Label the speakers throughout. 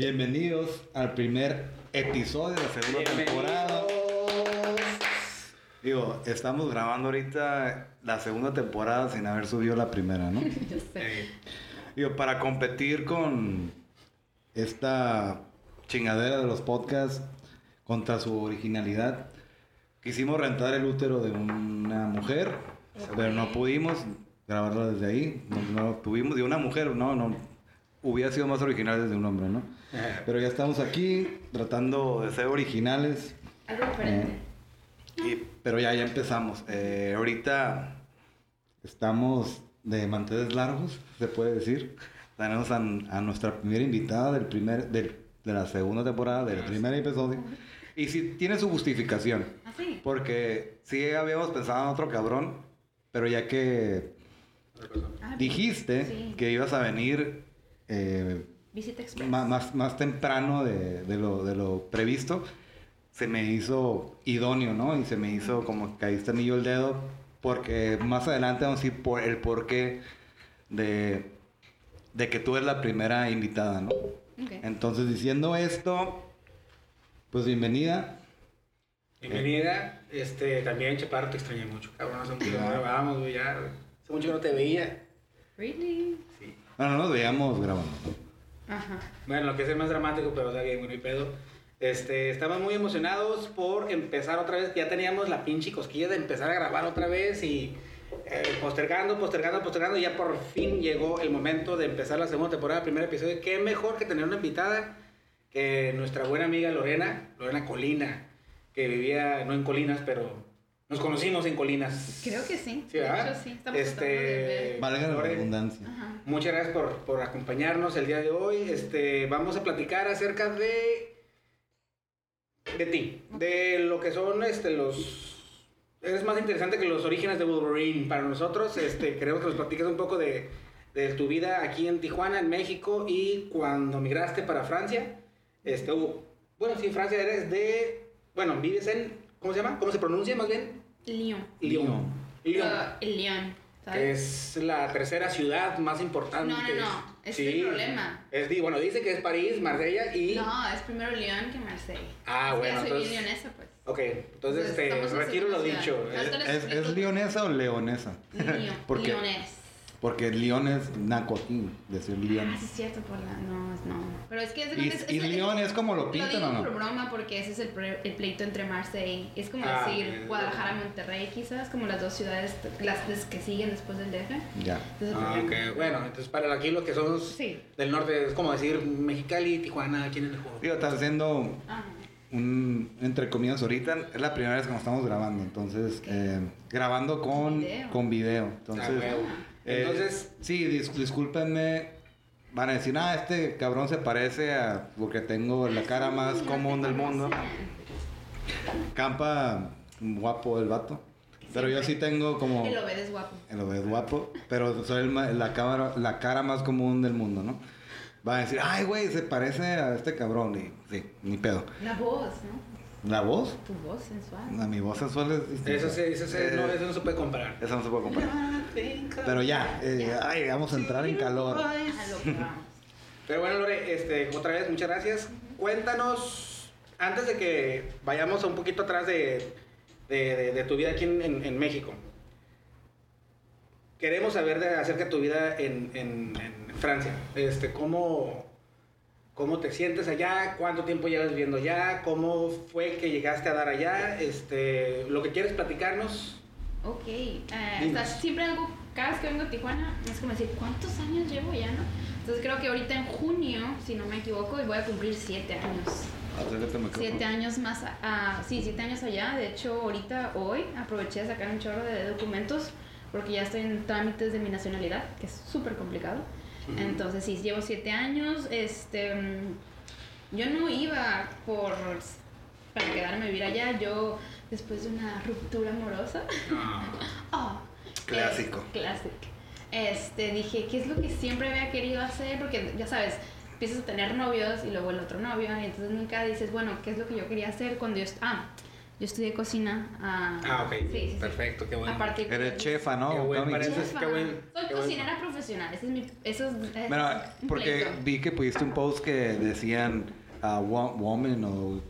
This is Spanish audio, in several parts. Speaker 1: Bienvenidos al primer episodio de la segunda temporada. Digo, estamos grabando ahorita la segunda temporada sin haber subido la primera, ¿no?
Speaker 2: Yo sé.
Speaker 1: Eh, digo, para competir con esta chingadera de los podcasts contra su originalidad, quisimos rentar el útero de una mujer, pero no pudimos grabarla desde ahí, no, no lo tuvimos, de una mujer, no, no, hubiera sido más original desde un hombre, ¿no? Pero ya estamos aquí tratando de ser originales.
Speaker 2: Algo diferente.
Speaker 1: Eh, y- pero ya, ya empezamos. Eh, ahorita estamos de manteles largos, se puede decir. Tenemos a, a nuestra primera invitada del primer, del- de la segunda temporada, del primer episodio. Y si tiene su justificación.
Speaker 2: Así.
Speaker 1: Porque sí habíamos pensado en otro cabrón, pero ya que pues,
Speaker 2: Ah,
Speaker 1: dijiste
Speaker 2: sí.
Speaker 1: que ibas a venir eh,
Speaker 2: Visita express.
Speaker 1: ma- más, más temprano de, de lo, de lo previsto, se me hizo idóneo, ¿no? Y se me hizo como que caíste anillo el dedo, porque más adelante vamos a decir por el porqué de, de que tú eres la primera invitada, ¿no?
Speaker 2: Ok.
Speaker 1: Entonces, diciendo esto, pues bienvenida.
Speaker 3: Bienvenida, este, también Chaparro, te extrañé mucho, cabrón, hace mucho que no
Speaker 1: Ya.
Speaker 3: grabábamos, güey, ya, hace mucho que no te veía,
Speaker 2: Really?
Speaker 3: sí.
Speaker 1: Bueno, no nos veíamos grabando.
Speaker 2: Ajá.
Speaker 3: Bueno, lo que es el más dramático, pero está bien, bueno, y pedo, este, estamos muy emocionados por empezar otra vez, ya teníamos la pinche cosquilla de empezar a grabar otra vez y eh, postergando, postergando, postergando, y ya por fin llegó el momento de empezar la segunda temporada, primer episodio, qué mejor que tener una invitada que nuestra buena amiga Lorena, Lorena Colina, que vivía, no en Colinas, pero... Nos conocimos en Colinas.
Speaker 2: Creo que sí.
Speaker 3: Sí,
Speaker 2: de
Speaker 3: ¿verdad?
Speaker 2: hecho, sí. Estamos
Speaker 3: Este-
Speaker 2: tratando de ver.
Speaker 1: Valga la
Speaker 3: Ahora-
Speaker 1: redundancia.
Speaker 2: Ajá.
Speaker 3: Muchas gracias por, por acompañarnos el día de hoy. Este, vamos a platicar acerca de de ti, de lo que son este los es más interesante que los orígenes de Wolverine para nosotros. Este, queremos que nos platiques un poco de, de tu vida aquí en Tijuana, en México y cuando migraste para Francia. Este, hubo- bueno, sí, Francia eres de bueno, vives en ¿cómo se llama? ¿Cómo se pronuncia más bien?
Speaker 2: Lyon.
Speaker 3: Lyon. Lyon.
Speaker 2: Ah, el Lyon.
Speaker 3: Que
Speaker 2: ¿Sabes?
Speaker 3: es la tercera ciudad más importante.
Speaker 2: No, no, no, es el problema.
Speaker 3: Es, di- bueno, dice que es París, Marsella y...
Speaker 2: No, es primero Lyon que Marsella.
Speaker 3: Ah,
Speaker 2: Es que
Speaker 3: bueno,
Speaker 2: Yo soy
Speaker 3: entonces-
Speaker 2: bien leonesa, pues.
Speaker 3: Ok, entonces este,
Speaker 2: Estamos en
Speaker 3: retiro lo
Speaker 2: segunda
Speaker 3: dicho.
Speaker 2: ciudad.
Speaker 3: Eh,
Speaker 2: Ahorita les
Speaker 1: ¿Es,
Speaker 2: explico.
Speaker 1: ¿Es leonesa o leonesa?
Speaker 2: Lyon.
Speaker 1: ¿Por qué?
Speaker 2: Lyonés.
Speaker 1: Porque León es nacotín, decir León.
Speaker 2: Ah, sí, es cierto, por la. No, es- no. Pero es que es
Speaker 1: ¿Y,
Speaker 2: es-
Speaker 1: y
Speaker 2: es-
Speaker 1: León es como lo
Speaker 2: Lo
Speaker 1: pintan
Speaker 2: digo
Speaker 1: o
Speaker 2: por
Speaker 1: no?
Speaker 2: broma porque ese es el, pre- el pleito entre Marseille. Es como
Speaker 3: Ah,
Speaker 2: decir
Speaker 3: bien.
Speaker 2: Guadalajara, Monterrey, quizás, como las dos ciudades, las las que siguen después del DF.
Speaker 1: Ya.
Speaker 2: Entonces,
Speaker 3: ah,
Speaker 2: por
Speaker 3: ok,
Speaker 2: ejemplo,
Speaker 3: Bueno, entonces para aquí los que somos
Speaker 2: Sí.
Speaker 3: del norte es como decir Mexicali, Tijuana, aquí en el juego.
Speaker 1: Digo, estás haciendo
Speaker 2: Ah,
Speaker 1: un, entre comillas, ahorita es la primera vez que nos estamos grabando, entonces, eh, grabando con
Speaker 2: Video.
Speaker 1: con video.
Speaker 3: Ah,
Speaker 1: Entonces,
Speaker 3: huevo.
Speaker 1: eh,
Speaker 3: entonces,
Speaker 1: sí, dis- discúlpenme, van a decir, ah, este cabrón se parece a, porque tengo la cara
Speaker 2: Ah, sí,
Speaker 1: más
Speaker 2: ya
Speaker 1: común
Speaker 2: te
Speaker 1: del mundo.
Speaker 2: conocen.
Speaker 1: Campa, guapo el vato, pero yo sí tengo como...
Speaker 2: El Obed es guapo.
Speaker 1: Lo ves guapo, pero soy el ma- la, cámara, la cara más común del mundo, ¿no? Va a decir, ay, güey, se parece a este cabrón. Y sí, ni pedo.
Speaker 2: La voz, ¿no?
Speaker 1: ¿La voz?
Speaker 2: Tu voz sensual.
Speaker 1: A mi voz sensual es distinta.
Speaker 3: eso, se- eso, se-
Speaker 1: Eh,
Speaker 3: no, eso no se puede comparar.
Speaker 1: eso no se puede comparar. Pero ya, eh,
Speaker 2: Ya.
Speaker 1: ay, vamos a entrar en calor.
Speaker 2: A lo que vamos.
Speaker 3: Pero bueno, Lore, este, otra vez, muchas gracias. Cuéntanos, antes de que vayamos un poquito atrás de, de- de- de tu vida aquí en, en- en México, queremos saber de, acerca de tu vida en, en- en Francia. Este, ¿cómo, ¿Cómo te sientes allá? ¿Cuánto tiempo llevas viviendo allá? ¿Cómo fue que llegaste a dar allá? Este, lo que quieres platicarnos.
Speaker 2: Ok, eh, o sea,
Speaker 3: Dinos.
Speaker 2: siempre algo, cada vez que vengo a Tijuana, es como decir, ¿cuántos años llevo ya, no? Entonces creo que ahorita en junio, si no me equivoco, voy a cumplir siete años.
Speaker 1: Acércate al micrófono.
Speaker 2: Siete años más, a- ah, sí, siete años allá. De hecho, ahorita, hoy, aproveché de sacar un chorro de documentos porque ya estoy en trámites de mi nacionalidad, que es súper complicado. Entonces, sí, llevo siete años. Este, mm, yo no iba por, para quedarme a vivir allá. Yo, después de una ruptura amorosa,
Speaker 3: Ah.
Speaker 2: Oh,
Speaker 1: Clásico.
Speaker 2: es clásico. Este, dije, ¿qué es lo que siempre había querido hacer? Porque, ya sabes, empiezas a tener novios y luego el otro novio, y entonces nunca dices, bueno, ¿qué es lo que yo quería hacer cuando yo... est- Ah, Yo estudié cocina. ah,
Speaker 3: Ah, ok.
Speaker 2: sí, sí, sí.
Speaker 3: Perfecto, qué bueno.
Speaker 2: A partir de-
Speaker 4: Eres chefa, ¿no?
Speaker 3: Qué buen
Speaker 4: Tony?
Speaker 3: parecer.
Speaker 2: Chefa.
Speaker 3: qué buen-
Speaker 2: Soy
Speaker 3: qué buen-
Speaker 2: cocinera profesional. Ese es mi. Eso es. es
Speaker 4: Mira,
Speaker 2: un
Speaker 4: porque
Speaker 2: pleito.
Speaker 4: vi que pusiste un post que decían ah, wo- woman o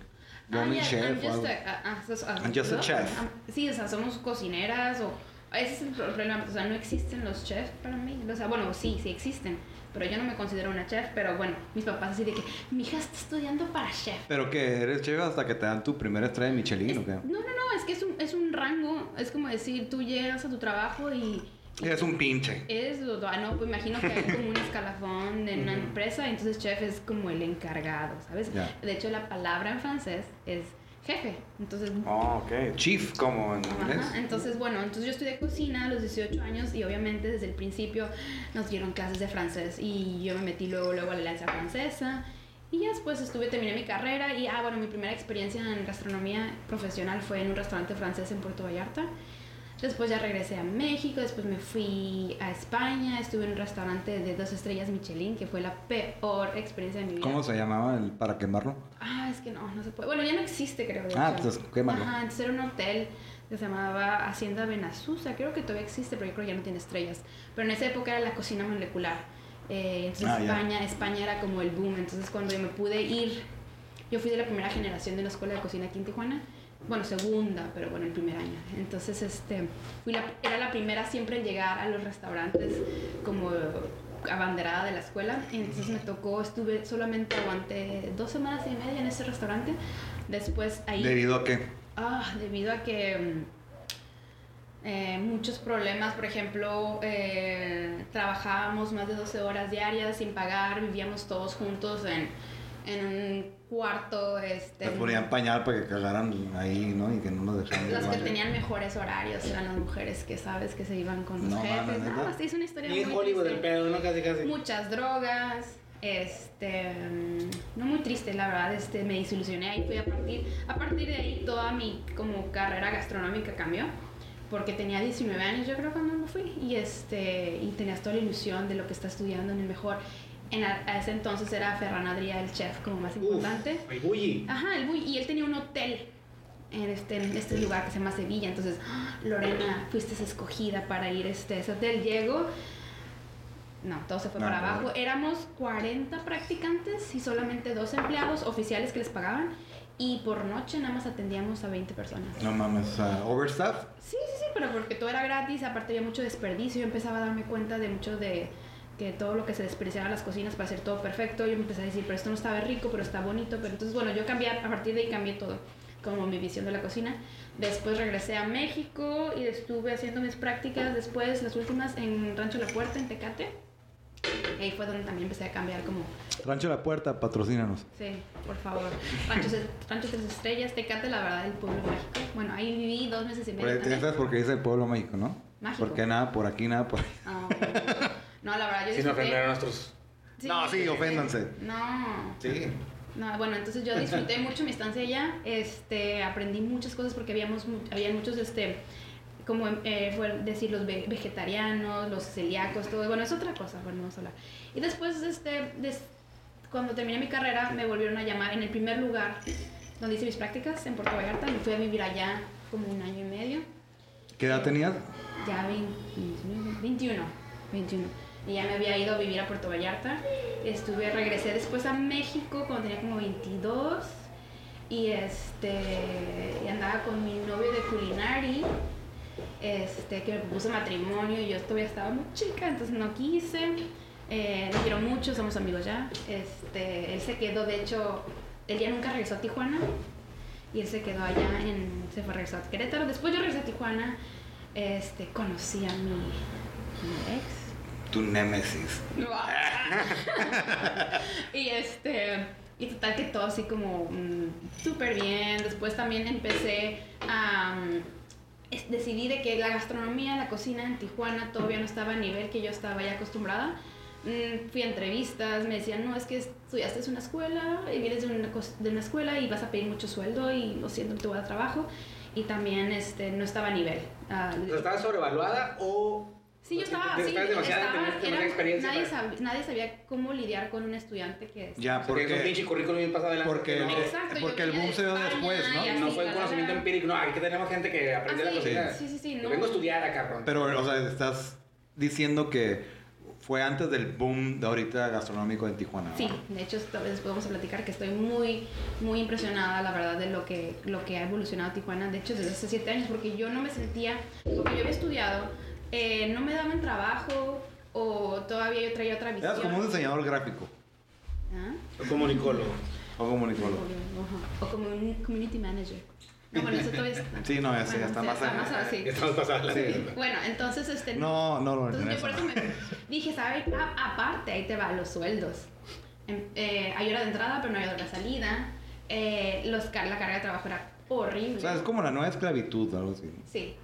Speaker 2: Ah,
Speaker 4: woman
Speaker 2: yeah, I'm
Speaker 4: chef o
Speaker 2: just
Speaker 4: algo.
Speaker 2: a, ah, ah, so- ah,
Speaker 4: I'm just a
Speaker 2: ¿no?
Speaker 4: chef.
Speaker 2: Ah, Sí, o sea, somos cocineras o... Ese es el problema, o sea, no existen los chefs para mí. O sea, bueno, sí, sí existen, pero yo no me considero una chef, pero bueno, mis papás así de que, mi hija está estudiando para chef.
Speaker 4: Pero que eres chef hasta que te dan tu primera estrella de Michelin, ¿o
Speaker 2: Es-
Speaker 4: qué?
Speaker 2: no, no, no, es que es un, es un rango, es como decir, tú llegas a tu trabajo y... y
Speaker 4: Eres un pinche.
Speaker 2: Es, lo- ah, no, pues imagino que hay como un escalafón en una empresa, entonces chef es como el encargado, ¿sabes?
Speaker 4: Ya.
Speaker 2: De hecho, la palabra en francés es jefe, entonces
Speaker 4: Oh, ok. Chief, como en inglés.
Speaker 2: Ajá, Entonces, bueno, entonces yo estudié cocina a los 18 años y obviamente desde el principio nos dieron clases de francés y yo me metí luego, luego a la alianza francesa y ya después estuve, terminé mi carrera y, ah, bueno, mi primera experiencia en gastronomía profesional fue en un restaurante francés en Puerto Vallarta. Después ya regresé a México, después me fui a España, estuve en un restaurante de dos estrellas Michelin, que fue la peor experiencia de mi vida.
Speaker 4: ¿Cómo se llamaba el, para quemarlo?
Speaker 2: Ah, es que no, no se puede. Bueno, ya no existe, creo. de
Speaker 4: Ah,
Speaker 2: hecho.
Speaker 4: pues, quémalo.
Speaker 2: Ajá, antes era un hotel que se llamaba Hacienda Benazusa. Creo que todavía existe, pero yo creo que ya no tiene estrellas. Pero en esa época era la cocina molecular. Eh, entonces
Speaker 4: Ah, ya.
Speaker 2: España, España era como el boom. Entonces cuando yo me pude ir, yo fui de la primera generación de la escuela de cocina aquí en Tijuana. Bueno, segunda, pero bueno, el primer año. Entonces, este, fui la- era la primera siempre en llegar a los restaurantes como abanderada de la escuela. Entonces me tocó, estuve solamente aguanté dos semanas y media en ese restaurante. Después ahí...
Speaker 4: ¿Debido a qué?
Speaker 2: Ah, debido a que mm, eh, muchos problemas, por ejemplo, eh, trabajábamos más de 12 horas diarias sin pagar, vivíamos todos juntos en, en un cuarto. Este,
Speaker 4: Les ponían pañal para que cagaran ahí, ¿no? Y que no nos dejaran.
Speaker 2: las que
Speaker 4: igual.
Speaker 2: tenían mejores horarios eran las mujeres que sabes que se iban con los
Speaker 4: No
Speaker 2: jefes.
Speaker 4: mames,
Speaker 2: No,
Speaker 4: ¿neta?
Speaker 2: sí, es una historia
Speaker 3: Bien
Speaker 2: muy
Speaker 3: Hollywood
Speaker 2: triste.
Speaker 3: el pedo, ¿no? Casi, casi.
Speaker 2: Muchas drogas, este, mm, no muy triste la verdad, este, me desilusioné ahí, fui a partir, a partir de ahí toda mi como carrera gastronómica cambió, porque tenía 19 años yo creo cuando me fui, y este, y tenías toda la ilusión de lo que está estudiando en el mejor, en a, a ese entonces era Ferran Adrià el chef como más importante,
Speaker 3: Uf, el bully.
Speaker 2: Ajá, el Buy, y él tenía un hotel en este, en este lugar que se llama Sevilla. Entonces, ¡ah! Lorena, fuiste escogida para ir este, a ese hotel. Llego. No, todo se fue
Speaker 4: No,
Speaker 2: para
Speaker 4: no.
Speaker 2: abajo. Éramos 40 practicantes y solamente dos empleados oficiales que les pagaban. Y por noche nada más atendíamos a 20 personas.
Speaker 4: No mames, o sea, overstaff.
Speaker 2: Sí, sí, sí, pero porque todo era gratis, aparte había mucho desperdicio, yo empezaba a darme cuenta de mucho de que todo lo que se desperdiciaba en las cocinas para hacer todo perfecto, yo me empecé a decir, pero esto no estaba rico, pero está bonito, pero entonces bueno, yo cambié, a partir de ahí cambié todo, como mi visión de la cocina. Después regresé a México y estuve haciendo mis prácticas, después las últimas en Rancho La Puerta, en Tecate, y ahí fue donde también empecé a cambiar como
Speaker 4: Rancho La Puerta, patrocínanos.
Speaker 2: Sí, por favor. Rancho, Rancho Tres Estrellas, Tecate, la verdad, el pueblo mágico. Bueno, ahí viví dos meses y medio.
Speaker 4: Por ahí-
Speaker 2: también.
Speaker 4: ¿Sabes por qué dice el pueblo México, no?
Speaker 2: Mágico.
Speaker 4: Porque nada por aquí, nada por ahí.
Speaker 2: Ah, No, la verdad, yo
Speaker 3: Sin
Speaker 2: disfruté-
Speaker 3: ofender a nuestros.
Speaker 4: No, sí, oféndanse.
Speaker 2: No.
Speaker 4: Sí.
Speaker 2: No, bueno, entonces yo disfruté mucho mi estancia allá, este, aprendí muchas cosas porque habíamos, mu- habían muchos, este, como eh, fue decir, los ve- vegetarianos, los celíacos, todo, bueno, es otra cosa, bueno, vamos a hablar. Y después, este, des- cuando terminé mi carrera, me volvieron a llamar en el primer lugar donde hice mis prácticas, en Puerto Vallarta, me fui a vivir allá como un año y medio.
Speaker 4: ¿Qué edad tenías?
Speaker 2: Ya 20, 21, 21. Y ya me había ido a vivir a Puerto Vallarta. Estuve, regresé después a México cuando tenía como 22. Y este, y andaba con mi novio de culinari, este, que me propuso matrimonio y yo todavía estaba muy chica, entonces no quise. Eh, lo quiero mucho, somos amigos ya. Este, él se quedó, de hecho, él ya nunca regresó a Tijuana y él se quedó allá en, se fue regresó a Querétaro. Después yo regresé a Tijuana, este, conocí a mi, mi ex.
Speaker 4: Tu némesis.
Speaker 2: y este y total que todo así como mm, súper bien después también empecé a mm, es- decidí de que la gastronomía la cocina en Tijuana todavía no estaba a nivel que yo estaba ya acostumbrada Mm, fui a entrevistas me decían no es que estudiaste en una escuela y vienes de una, cos- de una escuela y vas a pedir mucho sueldo y lo siento te voy a trabajo y también este no estaba a nivel Ah,
Speaker 3: ¿Estaba sobrevaluada o
Speaker 2: Sí, yo estaba
Speaker 3: Te- te
Speaker 2: así.
Speaker 3: estás demasiado-
Speaker 2: estaba-
Speaker 3: tenías demasiada
Speaker 2: era-
Speaker 3: experiencia
Speaker 2: nadie,
Speaker 3: para-
Speaker 2: sab- nadie sabía cómo lidiar con un estudiante que...
Speaker 1: Ya,
Speaker 3: Porque es un pinche
Speaker 1: porque,
Speaker 3: currículum bien pasado adelante.
Speaker 1: porque,
Speaker 3: que no-
Speaker 1: el-
Speaker 2: Exacto, yo
Speaker 1: porque el
Speaker 2: venía
Speaker 1: boom
Speaker 2: de
Speaker 1: se dio
Speaker 2: España
Speaker 1: después, ¿no?
Speaker 2: y así.
Speaker 3: No fue el
Speaker 2: la, la, la.
Speaker 3: conocimiento empírico. No, aquí tenemos gente que aprende
Speaker 2: Ah,
Speaker 3: la
Speaker 2: sí,
Speaker 3: cocina.
Speaker 2: sí, sí, sí,
Speaker 3: Yo
Speaker 2: no.
Speaker 3: Vengo a estudiar acá, cabrón.
Speaker 1: Pero, o sea, estás diciendo que fue antes del boom de ahorita gastronómico en Tijuana.
Speaker 2: Sí,
Speaker 1: ¿verdad?
Speaker 2: de hecho, esta vez podemos platicar que estoy muy, muy impresionada, la verdad, de lo que, lo que ha evolucionado Tijuana, de hecho, desde hace siete años, porque yo no me sentía, porque yo había estudiado, eh, no me daban trabajo o todavía yo traía otra visión.
Speaker 1: Eras como un diseñador gráfico
Speaker 2: ¿Ah?
Speaker 3: Comunicólogo.
Speaker 1: o comunicólogo.
Speaker 2: Ajá. O como un community manager. No, Ah, bueno, eso todavía está.
Speaker 1: Sí, no, ya sé, ya está más
Speaker 2: está
Speaker 1: allá.
Speaker 2: más así.
Speaker 3: Estamos pasando la
Speaker 1: Sí.
Speaker 2: Bueno, entonces, este...
Speaker 1: No, no, no.
Speaker 2: Entonces yo por
Speaker 1: no.
Speaker 2: eso me dije, ¿sabes? A- aparte, ahí te va, los sueldos. Em- eh, hay hora de entrada, pero no hay hora de salida. Eh, los car- la carga de trabajo era horrible.
Speaker 1: O sea, es como la nueva esclavitud, algo así.
Speaker 2: Sí.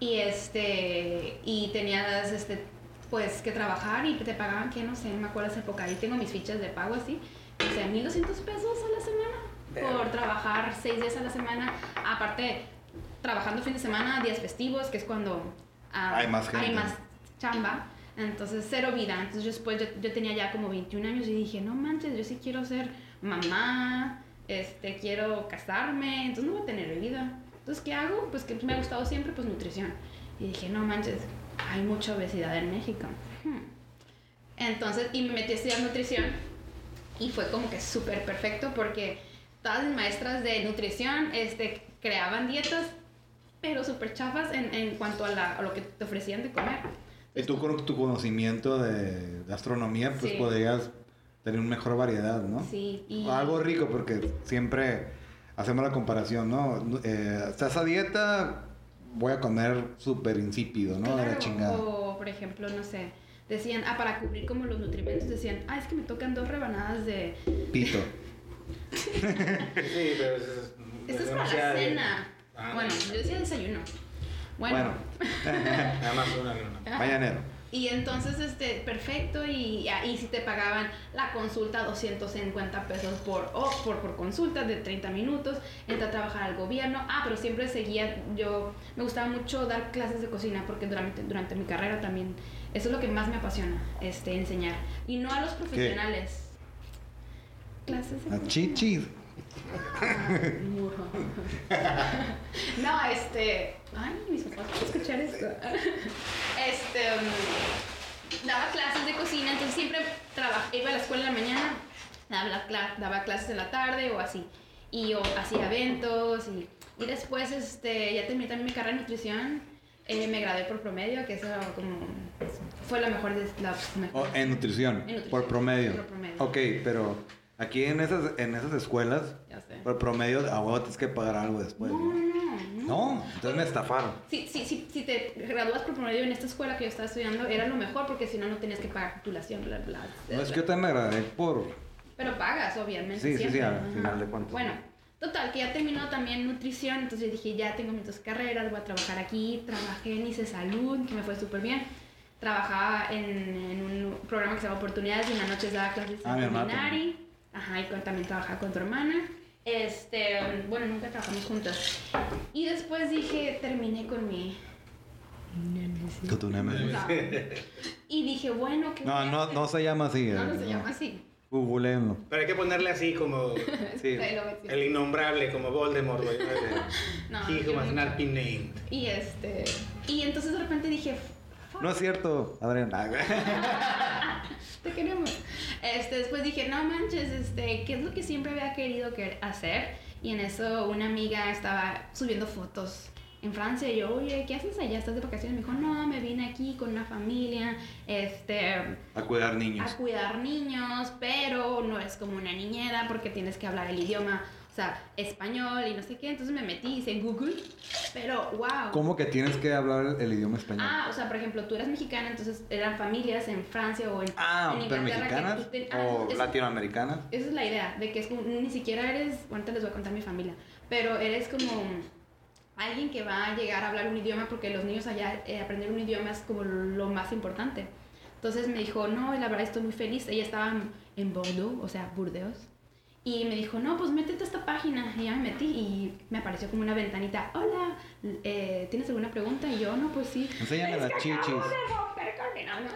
Speaker 2: Y este y tenías este pues que trabajar y te pagaban que no sé, no me acuerdo esa época. Ahí tengo mis fichas de pago así. O sea, 1200 pesos a la semana por trabajar seis días a la semana, aparte trabajando fin de semana, días festivos, que es cuando ah,
Speaker 1: Hay más gente.
Speaker 2: hay más chamba. Entonces, cero vida. Entonces, yo después yo, yo tenía ya como 21 años y dije, no manches, yo sí quiero ser mamá, este, quiero casarme, entonces no voy a tener vida. Entonces, ¿qué hago? Pues que me ha gustado siempre, pues nutrición. Y dije, no manches, hay mucha obesidad en México. Hmm. Entonces, y me metí a estudiar nutrición y fue como que súper perfecto porque todas mis maestras de nutrición este, creaban dietas, pero súper chafas en, en cuanto a, la- a lo que te ofrecían de comer.
Speaker 1: Y tú con tu conocimiento de gastronomía, pues
Speaker 2: Sí.
Speaker 1: podrías tener una mejor variedad, ¿no?
Speaker 2: Sí, y...
Speaker 1: O Algo rico, porque siempre hacemos la comparación, ¿no? Eh, estás a dieta, voy a comer súper insípido, ¿no? De la
Speaker 2: Claro,
Speaker 1: chingada.
Speaker 2: O, por ejemplo, no sé, decían, ah, para cubrir como los nutrimentos, decían, ah, es que me tocan dos rebanadas de...
Speaker 1: Pito.
Speaker 3: Sí, pero eso es.
Speaker 2: Esto es para la
Speaker 3: demasiado-
Speaker 2: cena.
Speaker 3: Ah,
Speaker 2: bueno,
Speaker 3: no.
Speaker 2: yo decía desayuno. Bueno,
Speaker 1: Bueno,
Speaker 3: Nada más una luna.
Speaker 2: ajá.
Speaker 1: mañanero.
Speaker 2: Y entonces, este, perfecto, y ahí si te pagaban la consulta 250 pesos por, oh, por, por consulta de 30 minutos, entra a trabajar al gobierno, ah, pero siempre seguía, yo me gustaba mucho dar clases de cocina porque durante, durante mi carrera también, eso es lo que más me apasiona, este, enseñar, y no a los profesionales. Clases de
Speaker 1: A chichis.
Speaker 2: no, este. Ay, mis papás van a escuchar esto. Este. mm, daba clases de cocina, entonces siempre traba- iba a la escuela en la mañana, daba, la cla- daba clases en la tarde o así. Y yo hacía eventos y, y después este, ya terminé también mi carrera en nutrición. eh, me gradué por promedio, que eso como fue la mejor de la mejor.
Speaker 1: O Oh, en nutrición,
Speaker 2: nutrición,
Speaker 1: por promedio.
Speaker 2: por promedio.
Speaker 1: Ok, pero aquí en esas, en esas escuelas,
Speaker 2: Ya sé.
Speaker 1: por promedio, a huevo tienes que pagar algo después.
Speaker 2: No,
Speaker 1: ¿no?
Speaker 2: no, no.
Speaker 1: No, entonces me estafaron.
Speaker 2: Si, si, si, si te gradúas por promedio en esta escuela que yo estaba estudiando, era lo mejor porque si no, no tenías que pagar titulación, bla, bla.
Speaker 1: No, es que yo también me agradé por...
Speaker 2: Pero pagas, obviamente.
Speaker 1: Sí, sí,
Speaker 2: siempre.
Speaker 1: sí, al
Speaker 2: Ajá.
Speaker 1: final de cuentas.
Speaker 2: Bueno, total, que ya terminó también nutrición, entonces yo dije, ya tengo mis dos carreras, voy a trabajar aquí. Trabajé en ICE Salud, que me fue súper bien. Trabajaba en, en un programa que se llama Oportunidades y en las noches daba clases
Speaker 1: Ah,
Speaker 2: en
Speaker 1: mi hermana
Speaker 2: Seminari. Ajá, y con- también trabajaba con tu hermana. Este, bueno, nunca trabajamos juntas. Y después dije, terminé con mi...
Speaker 1: Tú, tú, no, me-
Speaker 2: No. Y dije, bueno, que
Speaker 1: no, no, no se llama así.
Speaker 2: no,
Speaker 1: eh,
Speaker 2: no se llama así.
Speaker 1: Googleenlo.
Speaker 3: Pero hay que ponerle así como
Speaker 1: Sí.
Speaker 2: Ahí lo ves.
Speaker 3: el innombrable, como Voldemort, güey.
Speaker 2: No,
Speaker 3: Sí,
Speaker 2: yo
Speaker 3: como
Speaker 2: no-
Speaker 3: an named.
Speaker 2: Y este. Y entonces de repente dije, "Fuck,
Speaker 1: No es cierto, Adrián. Ah, güey.
Speaker 2: te queremos. Este, después dije, no manches, este, ¿qué es lo que siempre había querido que- hacer? Y en eso una amiga estaba subiendo fotos en Francia. Y yo, oye, ¿qué haces allá? ¿Estás de vacaciones? Me dijo, no, me vine aquí con una familia. Este.
Speaker 1: A cuidar
Speaker 2: a
Speaker 1: niños.
Speaker 2: cuidar niños, pero no es como una niñera porque tienes que hablar el idioma, o sea, español y no sé qué. Entonces me metí y hice en Google, pero wow.
Speaker 1: ¿Cómo que tienes que hablar el idioma español?
Speaker 2: Ah, o sea, por ejemplo, tú eras mexicana, entonces eran familias en Francia o en,
Speaker 1: Ah,
Speaker 2: en
Speaker 1: pero
Speaker 2: Inglaterra que
Speaker 1: mexicanas
Speaker 2: tú ten- ah,
Speaker 1: o
Speaker 2: es-
Speaker 1: latinoamericanas.
Speaker 2: Esa es la idea, de que es como, ni siquiera eres, bueno, ahorita les voy a contar mi familia, pero eres como alguien que va a llegar a hablar un idioma porque los niños allá eh, aprender un idioma es como lo más importante. Entonces me dijo, no, la verdad estoy muy feliz. Ella estaba en- en Bordeaux, o sea, Burdeos. Y me dijo, no, pues métete a esta página. Y ya me metí y me apareció como una ventanita. Hola, eh, ¿tienes alguna pregunta? Y yo, no, pues sí.
Speaker 1: Enséñame
Speaker 2: "Es
Speaker 1: las
Speaker 2: que acabo
Speaker 1: chichis".
Speaker 2: de romper con morena, ¿no?